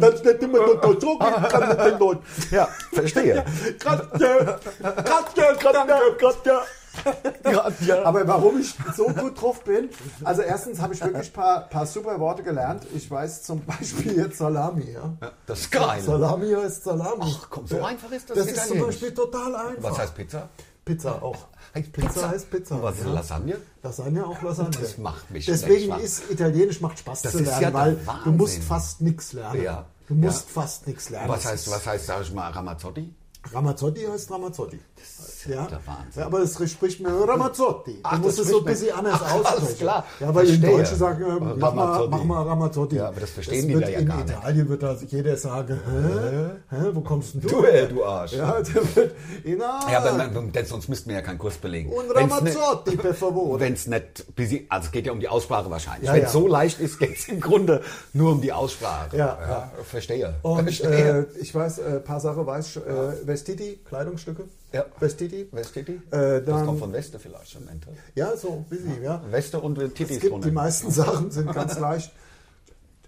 S3: Das nicht immer so so gehen kann mit den Leuten.
S4: Ja, verstehe.
S3: Katja, Katja, Katja, Katja. Aber warum ich so gut drauf bin, also erstens habe ich wirklich ein paar, paar super Worte gelernt. Ich weiß zum Beispiel jetzt Salami. Ja?
S4: Das ist geil.
S3: Salami heißt Salami. Ach
S4: komm, so einfach ist das
S3: Das ist zum
S4: Italienisch.
S3: Beispiel total einfach.
S4: Was heißt Pizza?
S3: Pizza auch?
S4: Heißt
S3: Pizza heißt Pizza,
S4: Und was ist
S3: ja.
S4: Lasagne?
S3: Lasagne auch Lasagne.
S4: Das macht mich
S3: Deswegen
S4: schwach.
S3: ist Italienisch macht Spaß
S4: Das
S3: zu
S4: ist
S3: lernen,
S4: ja der
S3: weil du
S4: Wahnsinn.
S3: musst fast nichts lernen.
S4: Ja.
S3: Du musst
S4: Ja.
S3: fast nichts lernen.
S4: Was
S3: Das
S4: heißt,
S3: ist-
S4: was heißt, sag ich mal, Ramazzotti?
S3: Ramazzotti heißt Ramazzotti. Das ist ja
S4: der Wahnsinn.
S3: Ja, aber es spricht mir Ramazzotti. Du
S4: Ach, das
S3: musst es so ein
S4: spricht
S3: bisschen
S4: man-
S3: anders
S4: Ach, alles
S3: aussprechen.
S4: klar.
S3: Ja, weil in
S4: Verstehe.
S3: Deutschen sagen, äh, mach mal,
S4: Ramazzotti.
S3: mach mal Ramazzotti.
S4: Ja, aber das verstehen die
S3: wird
S4: da ja
S3: in
S4: gar nicht.
S3: Italien wird da jeder sagen, hä? hä? Wo kommst denn du?
S4: Du,
S3: her?
S4: äh, du Arsch.
S3: Ja, der wird in Ah,
S4: Ja, aber man, denn sonst müssten wir ja keinen Kurs belegen.
S3: Und
S4: Wenn's ne-
S3: Ramazzotti, per favore.
S4: Wenn's nicht, bis sie- also es geht ja um die Aussprache wahrscheinlich.
S3: Ja,
S4: Wenn's
S3: ja.
S4: so leicht ist, geht's im Grunde nur um die Aussprache.
S3: Ja, ja.
S4: Verstehe.
S3: Und
S4: verstehe.
S3: äh, ich weiß, äh, paar Sachen weiß ich, äh, Vestiti, Kleidungsstücke.
S4: Ja.
S3: Vestiti.
S4: Westiti?
S3: Äh,
S4: das
S3: dann-
S4: kommt von Weste vielleicht am Ende.
S3: Ja, so, busy, ja.
S4: Weste und Tittis
S3: Es gibt,
S4: drunter.
S3: die meisten Sachen sind ganz leicht.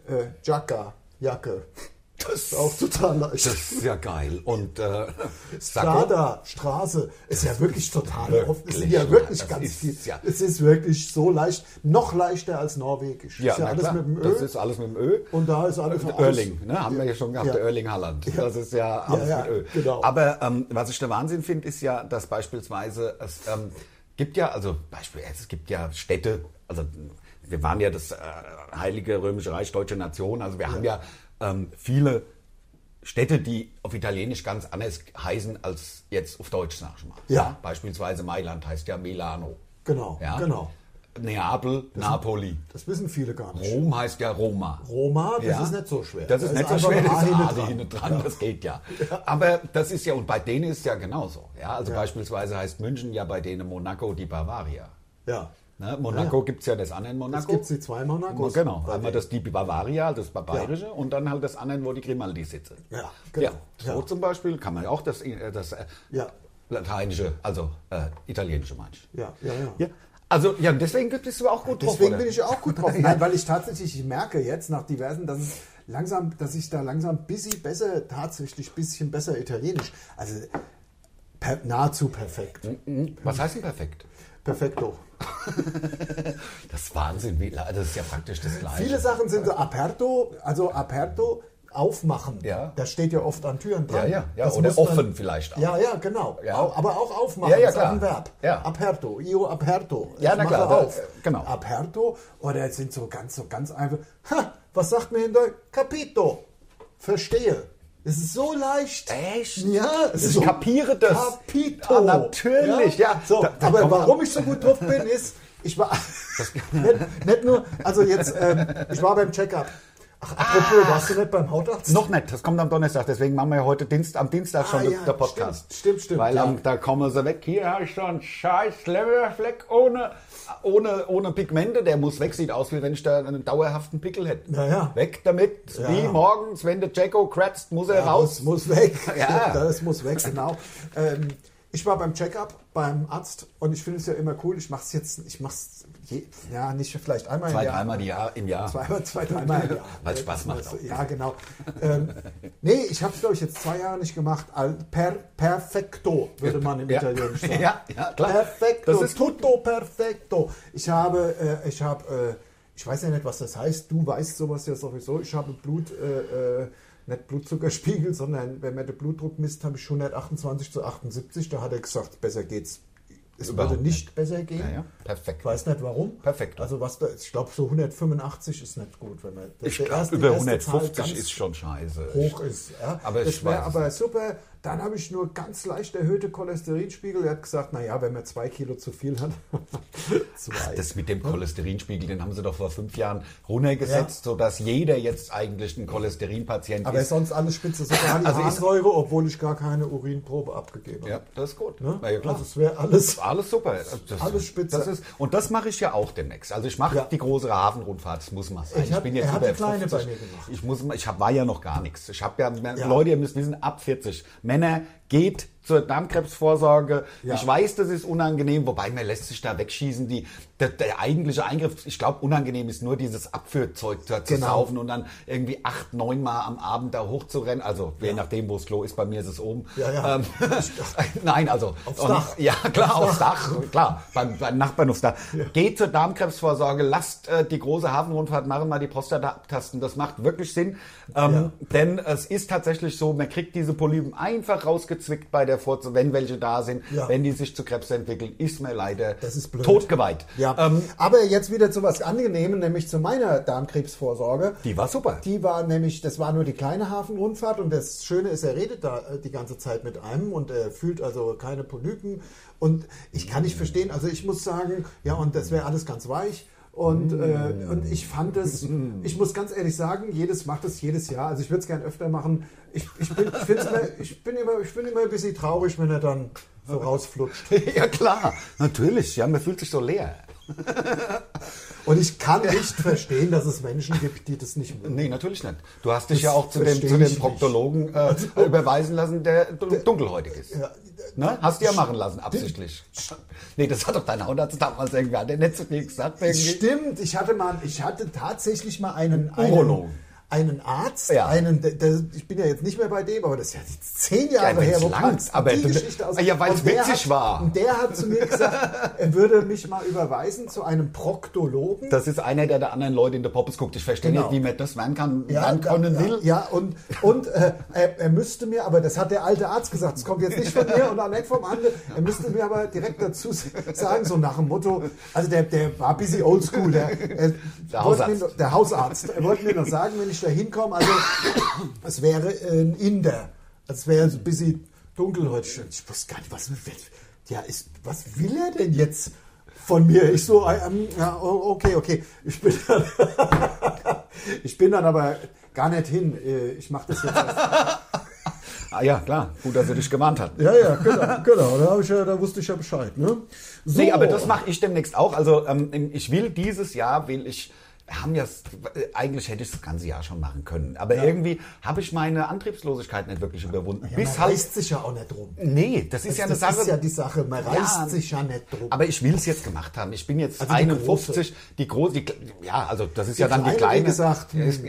S3: Äh, Jacka, Jacke. Das ist auch total leicht.
S4: Das ist ja geil. Und äh, Sakko?
S3: Strada, Straße, ist ja wirklich total
S4: wirklich
S3: offen. Es sind ja
S4: leicht.
S3: wirklich
S4: Das
S3: ganz
S4: ist
S3: viel.
S4: ja-
S3: Es ist wirklich so leicht, noch leichter als Norwegisch.
S4: Ja,
S3: ist ja
S4: na
S3: alles
S4: klar.
S3: mit dem Öl.
S4: Das ist alles mit dem Ö.
S3: und da ist alles
S4: Der Erling, Äh, ne, haben wir ja schon gehabt,
S3: Ja.
S4: der Erling Haaland. Das ist ja alles
S3: ja,
S4: mit Öl.
S3: genau.
S4: Aber ähm, was ich der Wahnsinn finde, ist ja, dass beispielsweise es ähm, gibt ja, also Beispiel, es gibt ja Städte, also wir waren ja das äh, Heilige Römische Reich, deutsche Nation, also wir haben ja ähm, viele Städte, die auf Italienisch ganz anders heißen als jetzt auf Deutsch, sag ich mal.
S3: Ja.
S4: Beispielsweise Mailand heißt ja Milano.
S3: Genau,
S4: Ja?
S3: genau.
S4: Neapel, Napoli.
S3: Das wissen viele gar nicht.
S4: Rom heißt ja Roma.
S3: Roma, das
S4: Ja.
S3: ist nicht so schwer.
S4: Das ist
S3: Da
S4: nicht so schwer,
S3: einfach
S4: das ist
S3: ein A
S4: A hinten dran, das geht ja. Aber das ist ja, und bei denen ist ja genauso. Ja, also
S3: Ja.
S4: beispielsweise heißt München ja bei denen Monaco die Bavaria.
S3: Ja.
S4: Ne? Monaco
S3: Ah, Ja.
S4: gibt es ja das andere Monaco.
S3: Es gibt die zwei Monacos.
S4: Genau,
S3: Bei
S4: einmal
S3: denen.
S4: das die Bavaria, das Bayerische und dann halt das andere, wo die Grimaldi sitzen.
S3: Ja, genau.
S4: So
S3: Ja.
S4: zum Beispiel kann man ja auch das, äh, das äh,
S3: Ja.
S4: Lateinische, also äh, Italienische meinst du?
S3: Ja, ja,
S4: Ja.
S3: ja.
S4: Also, ja, deswegen bist du auch gut drauf,
S3: Deswegen
S4: oder?
S3: bin ich auch gut drauf. Nein, weil ich tatsächlich ich merke jetzt nach diversen, dass es langsam, dass ich da langsam busy besser, tatsächlich bisschen besser Italienisch. Also per, nahezu perfekt.
S4: Was heißt denn perfekt?
S3: Perfekto.
S4: Das ist Wahnsinn, wie, das ist ja praktisch das Gleiche.
S3: Viele Sachen sind so aperto, also aperto, aufmachen.
S4: Ja.
S3: Das steht ja oft an Türen dran.
S4: Ja, ja, ja,
S3: Das
S4: oder
S3: muss man-
S4: offen vielleicht auch.
S3: Ja, ja, genau.
S4: Ja.
S3: Au- Aber auch aufmachen
S4: Ja, ja,
S3: ist auch ein
S4: klar.
S3: Verb.
S4: Ja.
S3: Aperto, io aperto.
S4: Ja,
S3: ich
S4: na
S3: mache
S4: klar, da-
S3: auf.
S4: äh, genau.
S3: Aperto oder es sind so ganz, so ganz einfach. Ha, was sagt mir in Deutsch? Capito. Verstehe. Es ist so leicht.
S4: Echt?
S3: Ja, es
S4: Ich kapiere das.
S3: Capito.
S4: Ah, natürlich, ja.
S3: So,
S4: Da- da
S3: aber
S4: kommt-
S3: warum ich so gut drauf bin, ist, ich war nicht, nicht nur, also jetzt, ähm, ich war beim Check-up. Ach, apropos,
S4: Ah.
S3: warst du nicht beim Hautarzt?
S4: Noch nicht, das kommt am Donnerstag, deswegen machen wir ja heute Dienst, am Dienstag schon
S3: Ah,
S4: das,
S3: ja,
S4: der Podcast.
S3: stimmt, stimmt, stimmt,
S4: Weil
S3: ja.
S4: am, da kommen sie weg. Hier habe ich so einen scheiß Leberfleck ohne, ohne, ohne Pigmente, der muss weg, sieht aus, wie wenn ich da einen dauerhaften Pickel hätte.
S3: Ja, ja.
S4: Weg damit,
S3: Ja.
S4: wie morgens, wenn der Jacko kratzt, muss er
S3: Ja,
S4: raus.
S3: Muss, muss weg.
S4: Ja.
S3: Das muss weg, genau. Ähm, ich war beim Check-up beim Arzt und ich finde es ja immer cool. Ich mache es jetzt, ich mache es ja nicht vielleicht einmal im
S4: Zwei,
S3: Jahr.
S4: dreimal die Jahr, im Jahr.
S3: Zwei, zwei, dreimal im Jahr.
S4: Weil es Spaß macht auch.
S3: Ja, genau. Ähm, nee, ich habe es, glaube ich, jetzt zwei Jahre nicht gemacht. Al- Per, perfecto, würde man im
S4: ja.
S3: Italienisch sagen.
S4: Ja, ja, klar.
S3: Perfecto,
S4: Das ist
S3: tutto perfecto. Ich habe, äh, ich habe, äh, ich weiß ja nicht, was das heißt. Du weißt sowas ja sowieso. Ich habe Blut, äh, äh, nicht Blutzuckerspiegel, sondern wenn man den Blutdruck misst, habe ich 128 zu 78. Da hat er gesagt, besser geht's. Es
S4: Überhaupt
S3: würde nicht besser gehen.
S4: Ja, ja. Perfekt.
S3: Ich weiß nicht warum.
S4: Perfekt.
S3: Also was da, ich glaube so 185 ist nicht gut, wenn man das
S4: Ich
S3: der
S4: glaube,
S3: erste-
S4: über
S3: erste Zahl
S4: 150
S3: ganz
S4: ist schon scheiße.
S3: hoch ist. Ja.
S4: Aber
S3: das
S4: ich
S3: wäre
S4: weiß es
S3: aber super. Dann habe ich nur ganz leicht erhöhte Cholesterinspiegel. Er hat gesagt, naja, wenn man zwei Kilo zu viel hat, zwei.
S4: Ach, das mit
S3: Hm?
S4: dem Cholesterinspiegel, den haben sie doch vor fünf Jahren runtergesetzt, sodass jeder jetzt eigentlich ein Cholesterinpatient
S3: aber
S4: ist.
S3: sonst alles spitze, sogar
S4: Also
S3: die also
S4: ist-
S3: Harnsäure, obwohl ich gar keine Urinprobe abgegeben
S4: Ja,
S3: habe.
S4: das ist gut.
S3: Ne?
S4: Na ja, klar. Ähm.
S3: Also es wäre alles.
S4: alles super. Das,
S3: Alles spitze.
S4: Das ist, und das mache ich ja auch demnächst. Also ich mache
S3: Ja.
S4: die große Hafenrundfahrt, das muss man sein.
S3: Ich hab- er hat die kleine bei mir gemacht.
S4: Ich, muss, ich hab, war ja noch gar nichts. Ich habe ja,
S3: Ja.
S4: Leute, ihr müsst wissen, ab 40. Männer, geht zur Darmkrebsvorsorge.
S3: Ja.
S4: Ich weiß, das ist unangenehm, wobei man lässt sich da wegschießen. Die, der, der eigentliche Eingriff, ich glaube, unangenehm ist nur dieses Abführzeug da zu
S3: Genau.
S4: saufen und dann irgendwie acht, neun Mal am Abend da hochzurennen. Also je nachdem, wo das Klo ist, bei mir ist es oben.
S3: Ja, ja.
S4: Ähm, Nein, also
S3: Aufs
S4: und-
S3: Dach.
S4: Ja, klar, aufs Dach. Klar, beim, beim Nachbarn aufs Dach. Geht zur Darmkrebsvorsorge, lasst äh, die große Hafenrundfahrt machen, mal die Prostata abtasten. Das macht wirklich Sinn. Ähm, Denn es ist tatsächlich so, man kriegt diese Polypen einfach rausgezogen. gezwickt bei der Vorzugsweise, wenn welche da sind.
S3: Ja.
S4: Wenn die sich zu Krebs entwickeln, ist mir leider
S3: Das ist blöd.
S4: totgeweiht.
S3: Ja.
S4: Ähm,
S3: Aber jetzt wieder zu was Angenehmem, nämlich zu meiner Darmkrebsvorsorge.
S4: die war super.
S3: Die war nämlich, das war nur die kleine Hafenrundfahrt und das Schöne ist, er redet da äh, die ganze Zeit mit einem und er fühlt also keine Polypen und ich kann nicht verstehen, also ich muss sagen, ja und das wäre alles ganz weich und, äh, und ich fand es, ich muss ganz ehrlich sagen, jedes macht es jedes Jahr, also ich würde es gern öfter machen. Ich, ich, bin, ich, find's immer, ich, bin immer, ich bin immer ein bisschen traurig, wenn er dann so rausflutscht.
S4: ja klar, natürlich. Ja, man fühlt sich so leer.
S3: Und ich kann nicht verstehen, dass es Menschen gibt, die das nicht mögen.
S4: Nee, natürlich nicht. Du hast dich ja
S3: Das
S4: auch zu dem,
S3: verstehe
S4: zu
S3: ich
S4: dem
S3: nicht. Also, oh.
S4: Proktologen äh, überweisen lassen, der dun- dunkelhäutig ist. ne? Hast du ja machen lassen, absichtlich. Nee, das hat doch dein Haunarzt damals irgendwie an den zu dir gesagt. Irgendwie.
S3: Stimmt, ich hatte mal, ich hatte tatsächlich mal einen einen,
S4: Urologen.
S3: einen Arzt,
S4: Ja.
S3: einen, der, der, ich bin ja jetzt nicht mehr bei dem, aber das ist ja jetzt zehn
S4: Ja,
S3: Jahre
S4: wenn's
S3: her,
S4: langt,
S3: kannst du
S4: aber
S3: die
S4: du-
S3: Geschichte aus.
S4: Ja, weil's
S3: Und der
S4: witzig
S3: hat,
S4: war.
S3: Und der hat zu mir gesagt, er würde mich mal überweisen zu einem Proktologen.
S4: Das ist einer, der der anderen Leute in der Poppes guckt. Ich verstehe
S3: Genau.
S4: nicht, wie man das werden kann,
S3: ja,
S4: werden können
S3: ja,
S4: will.
S3: Ja, und, und äh, er, er müsste mir, aber das hat der alte Arzt gesagt, das kommt jetzt nicht von mir und auch nicht vom anderen, er müsste mir aber direkt dazu sagen, so nach dem Motto, also der, der war busy oldschool, der, er
S4: Der
S3: wollte
S4: Hausarzt.
S3: Mir, noch- der Hausarzt, er wollte mir noch sagen, wenn ich da hinkomme, also es wäre ein Inder, es wäre so ein bisschen dunkel heute schon. Ich wusste gar nicht, was, ja, ist, was will er denn jetzt? Von mir. Ich so, ähm, ja, o- okay, okay. Ich bin dann ich bin dann aber gar nicht hin. Äh, Ich mache das jetzt. Erst.
S4: Ah, ja, klar. Gut, dass er dich gewarnt hat.
S3: ja, ja, genau, genau. Da, hab ich ja, da wusste ich ja Bescheid. Ne? So.
S4: Nee, aber das mache ich demnächst auch. Also ähm, ich will dieses Jahr, will ich, haben ja, eigentlich hätte ich das ganze Jahr schon machen können. Aber irgendwie habe ich meine Antriebslosigkeit nicht wirklich überwunden.
S3: Ja,
S4: Bis
S3: man
S4: halt,
S3: reißt sich ja auch nicht drum.
S4: nee, das ist ja eine
S3: Also das
S4: Sache.
S3: ist ja die Sache. Man reißt
S4: Ja.
S3: sich ja nicht drum.
S4: aber ich will es jetzt gemacht haben. Ich bin jetzt
S3: Also die
S4: 51, die große, die, Kle- ja, also das ist ja dann die
S3: Kleine, wie
S4: kleine.
S3: gesagt, hm,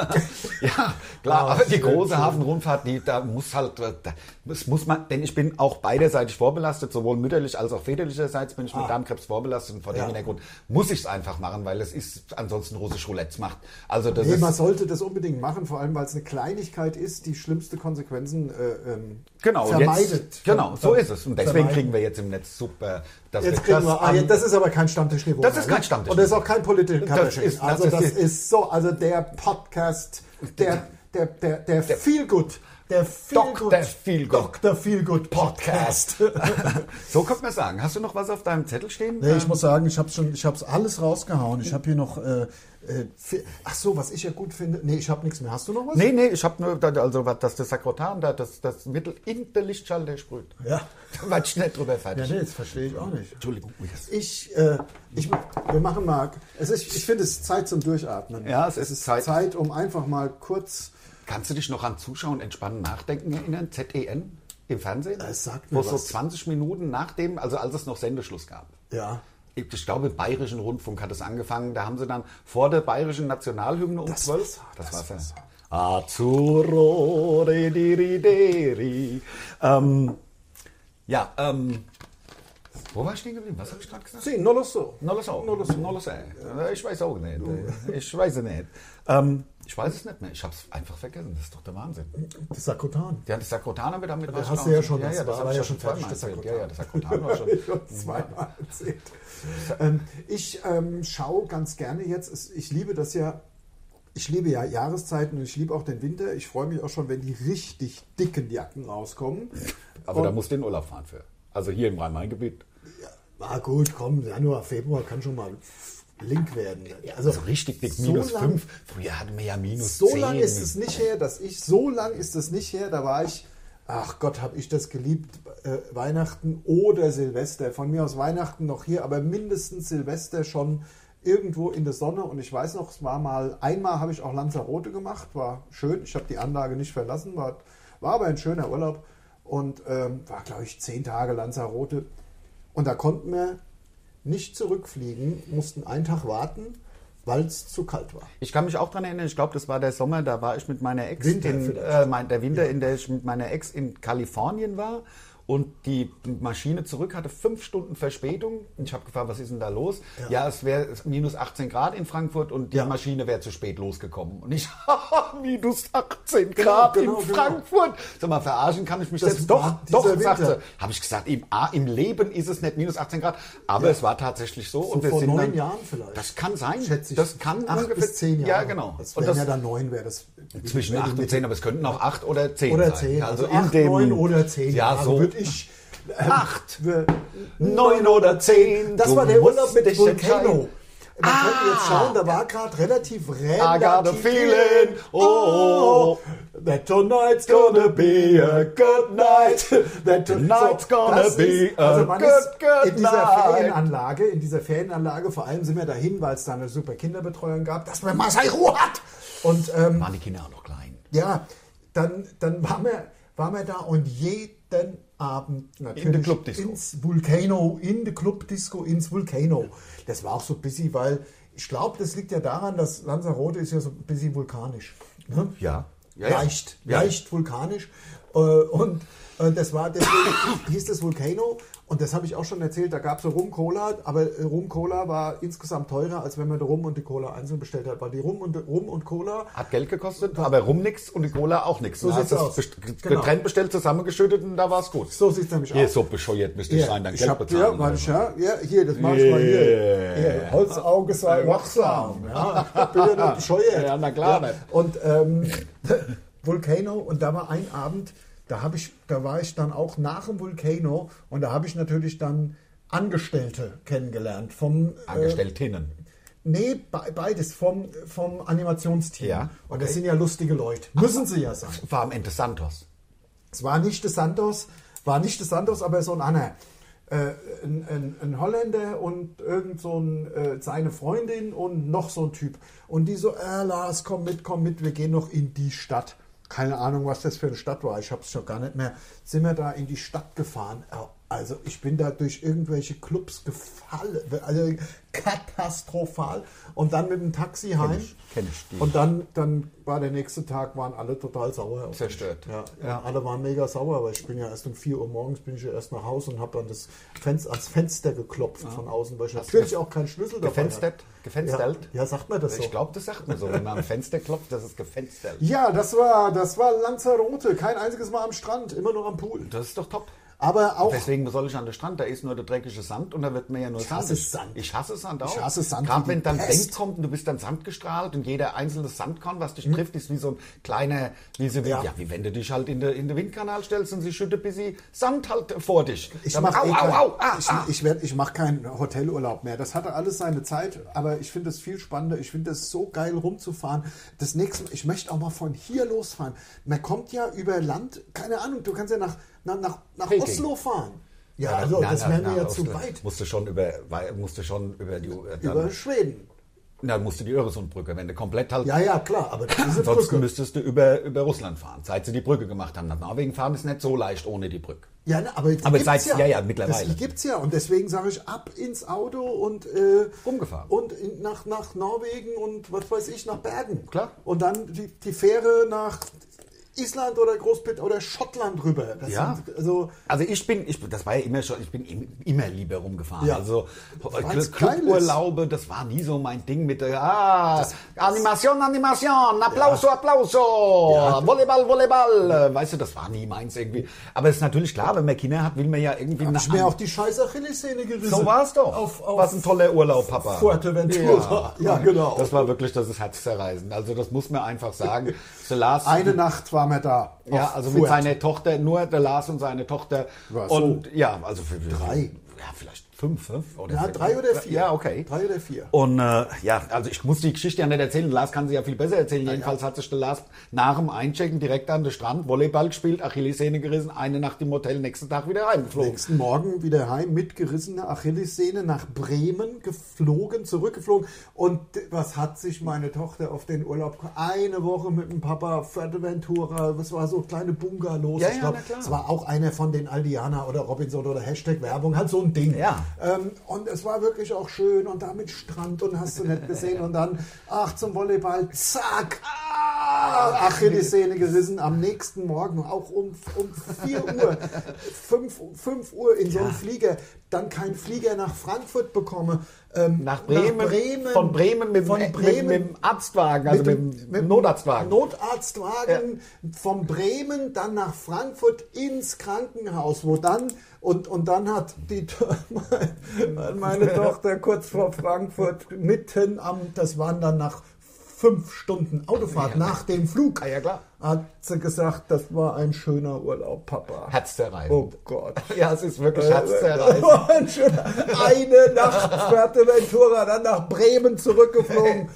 S4: Ja, klar,
S3: Ah,
S4: aber die
S3: schön,
S4: große
S3: schön.
S4: Hafenrundfahrt, die, da muss halt, äh, da, das muss man, denn ich bin auch beiderseitig vorbelastet, sowohl mütterlich als auch väterlicherseits bin ich mit Darmkrebs vorbelastet und vor dem
S3: Ah. Ja.
S4: Hintergrund muss ich es einfach machen, weil es ist ansonsten russisch Roulette macht. Also das
S3: nee, man
S4: ist,
S3: sollte das unbedingt machen, vor allem weil es eine Kleinigkeit ist, die schlimmste Konsequenzen äh, ähm,
S4: genau,
S3: vermeidet.
S4: Jetzt, genau, so ist es. Und deswegen
S3: Vermeiden.
S4: kriegen wir jetzt im Netz super, dass
S3: Jetzt kriegen wir, ah,
S4: an-
S3: jetzt, das ist aber kein Stammtischniveau.
S4: Das
S3: mehr,
S4: ist kein
S3: ne?
S4: Stammtischniveau.
S3: Und das ist auch kein Political
S4: Das
S3: Coverage.
S4: ist- das
S3: also
S4: ist-
S3: das ist, so, also der Podcast, der, der, der, der, Feelgood, der Feelgood,
S4: Dr. Feelgood.
S3: Dr. Feelgood Podcast.
S4: so könnte man sagen. Hast du noch was auf deinem Zettel stehen?
S2: Nee, ich muss sagen, ich habe schon, ich hab's alles rausgehauen. Ich habe hier noch, äh,
S3: Äh, Fe- Ach so, was ich ja gut finde. Nee, ich habe nichts mehr. Hast du noch was?
S4: Nee, nee, ich habe nur, da- also was, dass der Sakrotan da, das, das Mittel in der Lichtschalter sprüht.
S2: Ja.
S4: Da war ich schnell drüber fertig.
S3: das verstehe ich auch nicht.
S4: Entschuldigung. Oh,
S3: Ich, äh, ich, wir machen mal. Es ist, ich finde, es ist Zeit zum Durchatmen.
S4: Ja, es ist Zeit.
S3: Zeit, um einfach mal kurz.
S4: Kannst du dich noch an Zuschauen, Entspannen, Nachdenken erinnern? ZEN im Fernsehen?
S3: Das sagt
S4: Wo
S3: mir
S4: es so
S3: was.
S4: 20 Minuten nach dem, also als es noch Sendeschluss gab.
S3: Ja.
S4: Ich glaube, im Bayerischen Rundfunk hat es angefangen. Da haben sie dann vor der Bayerischen Nationalhymne um 12. Das, war's ja. Azzurro, re, di, ri, de, ri. Ähm, ja, ähm, wo war ich stehen geblieben? Was habe ich gerade gesagt?
S3: Sie, no lo so.
S4: No lo so. No lo so. Ich weiß auch nicht. Äh, Ich weiß es nicht. Ähm, ich weiß es nicht mehr. Ich habe es einfach vergessen. Das ist doch der Wahnsinn.
S3: Das Sakrotan.
S4: Ja, das Sakrotaner wird damit
S3: hast du ja schon,
S4: Ja,
S3: das
S4: ja, das
S3: war-
S4: habe
S3: war
S4: ich
S3: ja
S4: ja
S3: schon
S4: schon zweimal
S3: fertig, das
S4: erzählt. Ja, ja, das Sakrotan war schon.
S3: schon zweimal erzählt. ähm, ich ähm, schaue ganz gerne jetzt, es- ich liebe das ja, ich liebe ja Jahreszeiten und ich liebe auch den Winter. Ich freue mich auch schon, wenn die richtig dicken Jacken rauskommen.
S4: Aber da musst du in den Urlaub fahren für. Also hier im Rhein-Main-Gebiet.
S3: Ah gut, komm, Januar, Februar kann schon mal link werden. Also
S4: So richtig dick,
S3: so
S4: minus
S3: lang-
S4: 5. Früher hatten wir ja minus 10.
S3: So lang ist es nicht her, dass ich, so lang ist es nicht her, da war ich, ach Gott, habe ich das geliebt, äh, Weihnachten oder Silvester. Von mir aus Weihnachten noch hier, aber mindestens Silvester schon irgendwo in der Sonne. Und ich weiß noch, es war mal, einmal habe ich auch Lanzarote gemacht, war schön. Ich habe die Anlage nicht verlassen, war, war aber ein schöner Urlaub. Und ähm, war, glaube ich, zehn Tage Lanzarote. Und da konnten wir nicht zurückfliegen, mussten einen Tag warten, weil es zu kalt war.
S4: Ich kann mich auch dran erinnern, ich glaube, das war der Sommer, da war ich mit meiner Ex,
S3: Winter
S4: in,
S3: vielleicht.
S4: äh, mein, der Winter, in der ich mit meiner Ex in Kalifornien war. Und die Maschine zurück hatte fünf Stunden Verspätung. Ich habe gefragt, was ist denn da los? Ja, es wäre minus 18 Grad in Frankfurt und die
S2: Ja.
S4: Maschine wäre zu spät losgekommen. Und ich, minus 18 Grad
S3: genau,
S4: in
S3: genau.
S4: Frankfurt. Sag mal, verarschen kann ich mich
S3: Das
S4: selbst. Doch,
S3: war
S4: doch,
S3: dieser
S4: sagte
S3: Winter.
S4: Habe ich gesagt, im, A- im Leben ist es nicht minus 18 Grad. Aber es war tatsächlich so. und wir
S3: vor
S4: sind
S3: neun
S4: dann,
S3: Jahren vielleicht.
S4: Das kann sein.
S3: Schätze ich.
S4: Das kann
S3: acht
S4: ungefähr
S3: bis zehn
S4: Ja,
S3: Jahre.
S4: genau.
S3: Das
S4: Und
S3: wären
S4: das
S3: ja dann neun, wäre das.
S4: zwischen
S3: wenn du
S4: 8 und
S3: mit-
S4: 10, aber es könnten auch 8 oder 10
S3: Oder
S4: sein.
S3: zehn.
S4: Ja,
S3: Also
S4: in
S3: acht,
S4: dem-
S3: neun oder zehn.
S4: Ja,
S3: Jahre
S4: so.
S3: würde ich. ähm,
S4: 8,
S3: Wir-
S4: 9 oder 10.
S3: Das
S4: du
S3: war der
S4: musst
S3: Urlaub mit
S4: dich
S3: Volcano.
S4: entscheiden.
S3: Man
S4: Ah.
S3: könnte jetzt schauen, da war gerade relativ
S4: I got a
S3: relativ
S4: feeling, oh,
S3: That tonight's gonna be a good night. That
S4: Tonight's gonna
S3: das
S4: be
S3: ist, also
S4: a
S3: man
S4: good,
S3: ist
S4: good
S3: in dieser
S4: night.
S3: Ferienanlage, in dieser Ferienanlage, vor allem sind wir dahin, weil es da eine super Kinderbetreuung gab, dass man mal seine Ruhe hat. Und ähm,
S4: Waren die Kinder ne, auch noch klein?
S3: ja, dann, dann waren, wir, waren wir da und jeden Abend natürlich
S4: In die Clubdisco.
S3: ins Volcano, in die Clubdisco, ins Volcano. Das war auch so busy, weil ich glaube, das liegt ja daran, dass Lanzarote ist ja so ein bisschen vulkanisch. Ne?
S4: Ja. Ja, ja.
S3: leicht,
S4: Ja.
S3: leicht vulkanisch. Äh, Und äh, das war deswegen hieß das Volcano und das habe ich auch schon erzählt, da gab es Rum Cola, aber äh, Rum Cola war insgesamt teurer, als wenn man den Rum und die Cola einzeln bestellt hat, weil die Rum und Rum und Cola
S4: Hat Geld gekostet, aber rum nix und die Cola auch nix.
S3: So
S4: Du hast
S3: sieht's
S4: das
S3: aus.
S4: best-
S3: Genau.
S4: getrennt bestellt, zusammengeschüttet und da war's gut.
S3: So sieht es nämlich
S4: Ihr
S3: aus.
S4: so bescheuert müsst ihr sein, dann Geld
S3: hab-
S4: bezahlen.
S3: Ja, warte, ich, ja, ja, hier, das mach ich mal hier.
S4: Yeah. Äh,
S3: hier. Holzauge sei wachsam. Ja, ich bin ja nicht bescheuert.
S4: Ja, na klar ne. nicht.
S3: Und ähm, Volcano, und da war ein Abend, da, hab ich, da war ich dann auch nach dem Volcano und da habe ich natürlich dann Angestellte kennengelernt. Vom, äh,
S4: Angestelltinnen.
S3: nee, be- beides, vom, vom Animationsteam.
S4: Ja,
S3: Und das sind ja lustige Leute. Müssen sie ja sein.
S4: War am Ende Santos.
S3: Es war nicht de Santos, war nicht de Santos, aber so ein anderer. Äh, ein, ein, ein Holländer und irgend so ein, äh, seine Freundin und noch so ein Typ. Und die so, äh, Lars, komm mit, komm mit, wir gehen noch in die Stadt. Keine Ahnung, was das für eine Stadt war, ich hab's schon gar nicht mehr. Sind wir da in die Stadt gefahren? Äh, Also ich bin da durch irgendwelche Clubs gefallen, also katastrophal. Und dann mit dem Taxi heim.
S4: ich- kenn ich die.
S3: Und dann, dann war der nächste Tag, waren alle total sauer. auf mich.
S4: Zerstört.
S3: Ja, ja, alle waren mega sauer, weil ich bin ja erst um 4 Uhr morgens bin ich ja erst nach Hause und habe dann das Fenster, ans Fenster geklopft von außen, weil ich natürlich auch keinen Schlüssel dabei
S4: Gefenstert?
S3: hatte.
S4: Gefenstelt?
S3: Ja, ja, sagt man das so.
S4: Ich glaube, das sagt man so. Wenn man am Fenster klopft, das ist gefenstert.
S3: Ja, das war, das war Lanzarote. Kein einziges Mal am Strand, immer nur am Pool.
S4: Das ist doch top.
S3: Aber auch
S4: Deswegen soll ich an den Strand, da ist nur der dreckige Sand und da wird mir ja nur ich
S3: hasse Sand.
S4: Ich hasse Sand auch.
S3: hasse Sand
S4: Gerade
S3: wie
S4: wenn
S3: die
S4: dann
S3: Pest.
S4: Wind kommt und du bist dann Sand gestrahlt und jeder einzelne Sandkorn, was dich trifft, ist wie so ein kleiner, wie, so, ja.
S3: Hm? Ja.
S4: Ja, wie wenn du dich halt in den in den Windkanal stellst und sie schüttet bis sie Sand halt vor dich.
S3: ich
S4: Dann-
S3: mache
S4: au,
S3: eh kein-
S4: au, au, ah,
S3: ich,
S4: ah.
S3: ich, werd- ich mache keinen Hotelurlaub mehr. Das hatte alles seine Zeit, aber ich finde es viel spannender. Ich finde es so geil rumzufahren. Das nächste Mal, ich möchte auch mal von hier losfahren. Man kommt ja über Land, keine Ahnung, du kannst ja nach, nach, nach, nach
S4: Peking.
S3: Oslo fahren. Ja,
S4: Na,
S3: also
S4: na,
S3: das
S4: na,
S3: wäre
S4: na,
S3: mir ja
S4: aus-
S3: zu weit.
S4: Musst du schon über, wei- musst du schon über die, äh, dann,
S3: Über Schweden.
S4: na, musst du die Öresundbrücke, wenn du komplett halt
S3: Ja, ja, klar, aber diese
S4: Ansonsten
S3: Brücke.
S4: müsstest du über, über Russland fahren. Seit sie die Brücke gemacht haben. Nach Norwegen fahren ist nicht so leicht ohne die Brücke.
S3: Ja, ne, aber, die
S4: Aber
S3: gibt's
S4: seit- ja, ja, mittlerweile.
S3: Das, die gibt's ja und deswegen sage ich ab ins Auto und äh,
S4: Rumgefahren.
S3: und in, nach, nach Norwegen und was weiß ich nach Bergen.
S4: Klar.
S3: Und dann die, die Fähre nach Island oder Großbritannien oder Schottland rüber. Das
S4: Ja.
S3: sind, also
S4: Also ich bin, ich, bin- das war ja immer schon, ich bin im- immer lieber rumgefahren.
S3: Ja.
S4: Also
S3: Weil's klein ist.
S4: Cluburlaube, das war nie so mein Ding mit der, ah, Animation, Animation, Applauso, Applauso, Volleyball, Volleyball. Äh, Weißt du, das war nie meins irgendwie. Aber es ist natürlich klar, wenn man Kinder hat, will man ja irgendwie
S3: hab ich mir auch die scheiß Achillessehne gerissen.
S4: So war es doch.
S3: Auf, auf
S4: Was ein toller Urlaub, Papa.
S3: Fuerteventura.
S4: Ja.
S3: Ja, genau.
S4: Das war wirklich, das ist herzzerreißend. Also das muss man einfach sagen. Der Lars,
S3: Eine Nacht war mir da.
S4: ja,
S3: Auf
S4: also mit
S3: Fuerte.
S4: seiner Tochter, nur der Lars und seine Tochter.
S3: War so.
S4: Und ja, also für
S3: Drei.
S4: Ja, vielleicht fünf, fünf oder
S3: Ja,
S4: sechs.
S3: drei oder vier.
S4: Ja, okay.
S3: Drei oder vier.
S4: Und äh, ja, also ich muss die Geschichte ja nicht erzählen. Lars kann sie ja viel besser erzählen. Jedenfalls hat sich der Lars nach dem Einchecken direkt an den Strand Volleyball gespielt, Achillessehne gerissen, eine Nacht im Hotel, nächsten Tag wieder heimgeflogen.
S3: Nächsten Morgen wieder heim mit gerissener Achillessehne nach Bremen geflogen, zurückgeflogen. Und was hat sich meine Tochter auf den Urlaub eine Woche mit dem Papa Fuerteventura, das war so kleine Bungalows.
S4: Ja,
S3: ich
S4: ja,
S3: glaub,
S4: na klar.
S3: es war auch einer von den Aldiana oder Robinson oder Hashtag Werbung, halt so ein Ding.
S4: Ja.
S3: Ähm, und es war wirklich auch schön und da mit Strand und hast du nicht gesehen und dann, ach zum Volleyball, zack, ah, Achillessehne gerissen am nächsten Morgen, auch um, um 4 Uhr, 5, 5 Uhr in so einem Flieger, dann keinen Flieger nach Frankfurt bekomme. ähm,
S4: Nach Bremen, Von Bremen mit,
S3: von
S4: dem-
S3: Bremen
S4: mit, mit dem Arztwagen, also mit, dem Notarztwagen.
S3: Notarztwagen von Bremen dann nach Frankfurt ins Krankenhaus, wo dann und, und dann hat die To- meine Tochter kurz vor Frankfurt mitten am das waren dann nach fünf Stunden Autofahrt nach dem Flug.
S4: Ah, ja, klar.
S3: Hat sie gesagt, das war ein schöner Urlaub, Papa.
S4: Herzzerreißend.
S3: Oh Gott.
S4: ja, es ist wirklich herzzerreißend.
S3: Ein schöner- Äh, Eine Nacht Fuerteventura, dann nach Bremen zurückgeflogen.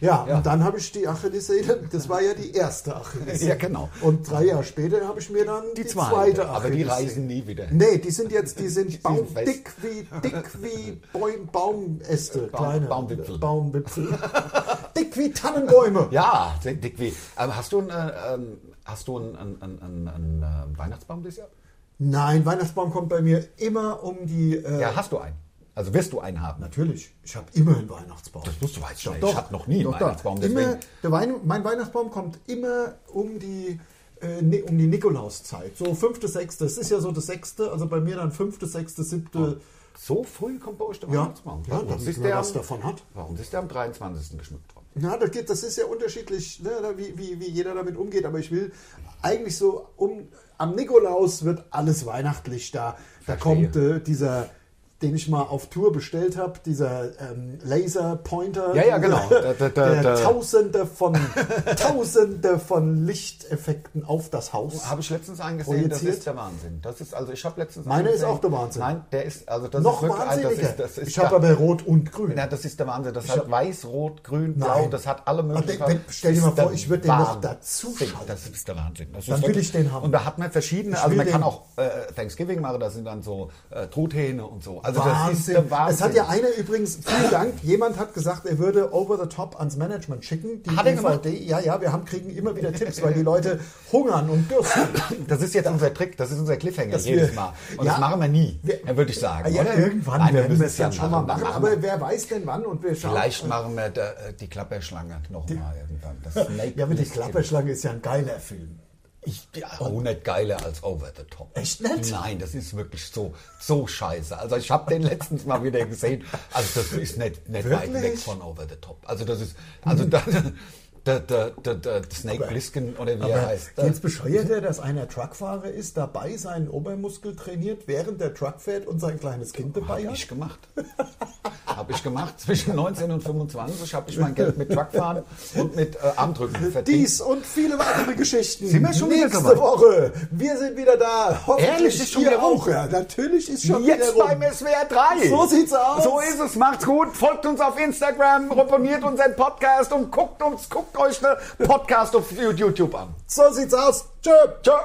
S3: Ja, und dann habe ich die Achillessehne, das war ja die erste Achillessehne.
S4: Ja, genau.
S3: Und drei Jahre später habe ich mir dann die, zweite
S4: aber die
S3: Achillessehne.
S4: reisen nie wieder.
S3: Nee, die sind jetzt, die sind baum,
S4: fest.
S3: dick wie, dick wie Bäum, Baumäste,
S4: Baum-
S3: kleine
S4: Baumwipfel.
S3: Baumwipfel. dick wie Tannenbäume.
S4: Ja, sehr dick wie. Aber hast du einen, äh, ähm, hast du einen, einen, einen, einen, einen äh, Weihnachtsbaum dieses Jahr?
S3: Nein, Weihnachtsbaum kommt bei mir immer um die. Äh,
S4: Ja, hast du einen. Also wirst du einen haben.
S3: Natürlich, ich habe immer einen Weihnachtsbaum.
S4: Das musst du weißt schon.
S3: Doch,
S4: Ich habe noch nie einen
S2: doch, doch.
S4: Weihnachtsbaum.
S3: Immer,
S4: Deswegen.
S3: der Wein, mein Weihnachtsbaum kommt immer um die, äh, ni- um die Nikolauszeit. So fünfte, sechste. Es ist ja so das sechste, also bei mir dann fünfte, sechste, siebte.
S4: So früh kommt bei euch der
S3: Ja.
S4: Weihnachtsbaum.
S3: Ja, damit man was davon hat.
S4: Warum ist der am 23. geschmückt worden?
S3: Na, das, geht, das ist ja unterschiedlich, ne, da wie, wie, wie jeder damit umgeht. Aber ich will eigentlich so, um, am Nikolaus wird alles weihnachtlich da. Da
S4: Verstehe.
S3: kommt äh, dieser den ich mal auf Tour bestellt habe, dieser ähm, Laser-Pointer.
S4: Ja, ja, genau.
S3: Der,
S4: Da, da, da, da.
S3: Tausende von Tausende von Lichteffekten auf das Haus.
S4: Habe ich letztens einen gesehen, das
S3: Projiziert?
S4: ist der Wahnsinn. Das ist, also ich habe letztens
S3: Meiner
S4: einen
S3: ist
S4: gesehen.
S3: auch der Wahnsinn.
S4: Nein, der ist, also das
S3: Noch
S4: ist wirklich, ein-
S3: wahnsinniger.
S4: das ist, das ist
S3: ich habe
S4: der-
S3: aber rot und grün.
S4: Ja, das ist der Wahnsinn. Das hat weiß, rot, grün, blau,
S3: Nein.
S4: das hat alle möglichen
S3: Aber wenn-
S4: Farben.
S3: stell dir mal
S4: Das ist
S3: vor,
S4: der
S3: ich würde den noch
S4: Wahnsinn.
S3: dazu schalten.
S4: Das ist der Wahnsinn. Das
S3: Dann
S4: ist
S3: will
S4: wirklich-
S3: ich den haben.
S4: Und da hat man verschiedene,
S3: Ich
S4: also
S3: will
S4: man
S3: den-
S4: kann auch äh, Thanksgiving machen, da sind dann so äh, Truthähne und so. Also das ist
S3: Wahnsinn.
S4: der Wahnsinn.
S3: Es hat ja einer übrigens, vielen Dank, jemand hat gesagt, er würde over the top ans Management schicken. Die
S4: Hat er
S3: DVD, Ja, ja, wir haben, kriegen immer wieder Tipps, weil die Leute hungern und dürsten.
S4: das ist jetzt unser Trick, das ist unser Cliffhanger
S3: Dass
S4: jedes
S3: wir-
S4: Mal. Und
S3: Ja.
S4: das machen wir nie,
S3: Wir-
S4: würde ich sagen.
S3: Ah, Ja,
S4: oder?
S3: irgendwann
S4: Nein,
S3: werden
S4: müssen
S3: wir es dann schon mal machen,
S4: wir-
S3: aber wer weiß denn wann und wir schauen.
S4: Vielleicht machen wir da, äh, die Klapperschlange nochmal irgendwann. Das Snake
S3: ja, mit der
S4: Plissken.
S3: Klapperschlange ist ja ein geiler Film.
S4: Ich, ja, 100 geiler als Over the Top.
S3: Echt nicht?
S4: Nein, das ist wirklich so, so scheiße. Also ich habe den letztens mal wieder gesehen. Also das ist nicht, nicht weit
S3: Wirklich?
S4: weg von Over the Top. Also das ist, also da, da, da, da, da Snake Blisken oder wie er
S3: Aber
S4: heißt.
S3: jetzt bescheuert er, dass einer Truckfahrer ist, dabei seinen Obermuskel trainiert, während der Truck fährt und sein kleines Kind dabei
S4: Habe
S3: hat?
S4: ich gemacht. habe ich gemacht. Zwischen 19 und 25 habe ich mein Geld mit Truckfahren und mit äh, Armdrücken verdient.
S3: Dies und viele weitere Geschichten.
S4: Sind wir schon wieder
S3: Nächste
S4: soweit?
S3: Woche. Wir sind wieder da. Hoffentlich
S4: Ehrlich, ist schon
S3: ihr
S4: wieder rum?
S3: auch. Ja, natürlich ist schon
S4: Jetzt
S3: wieder rum.
S4: beim SWR 3.
S3: So sieht's aus.
S4: So ist es. Macht's gut. Folgt uns auf Instagram, abonniert unseren Podcast und guckt uns, guckt euch den Podcast auf YouTube an.
S3: So sieht's aus. Tschö.
S4: Ciao.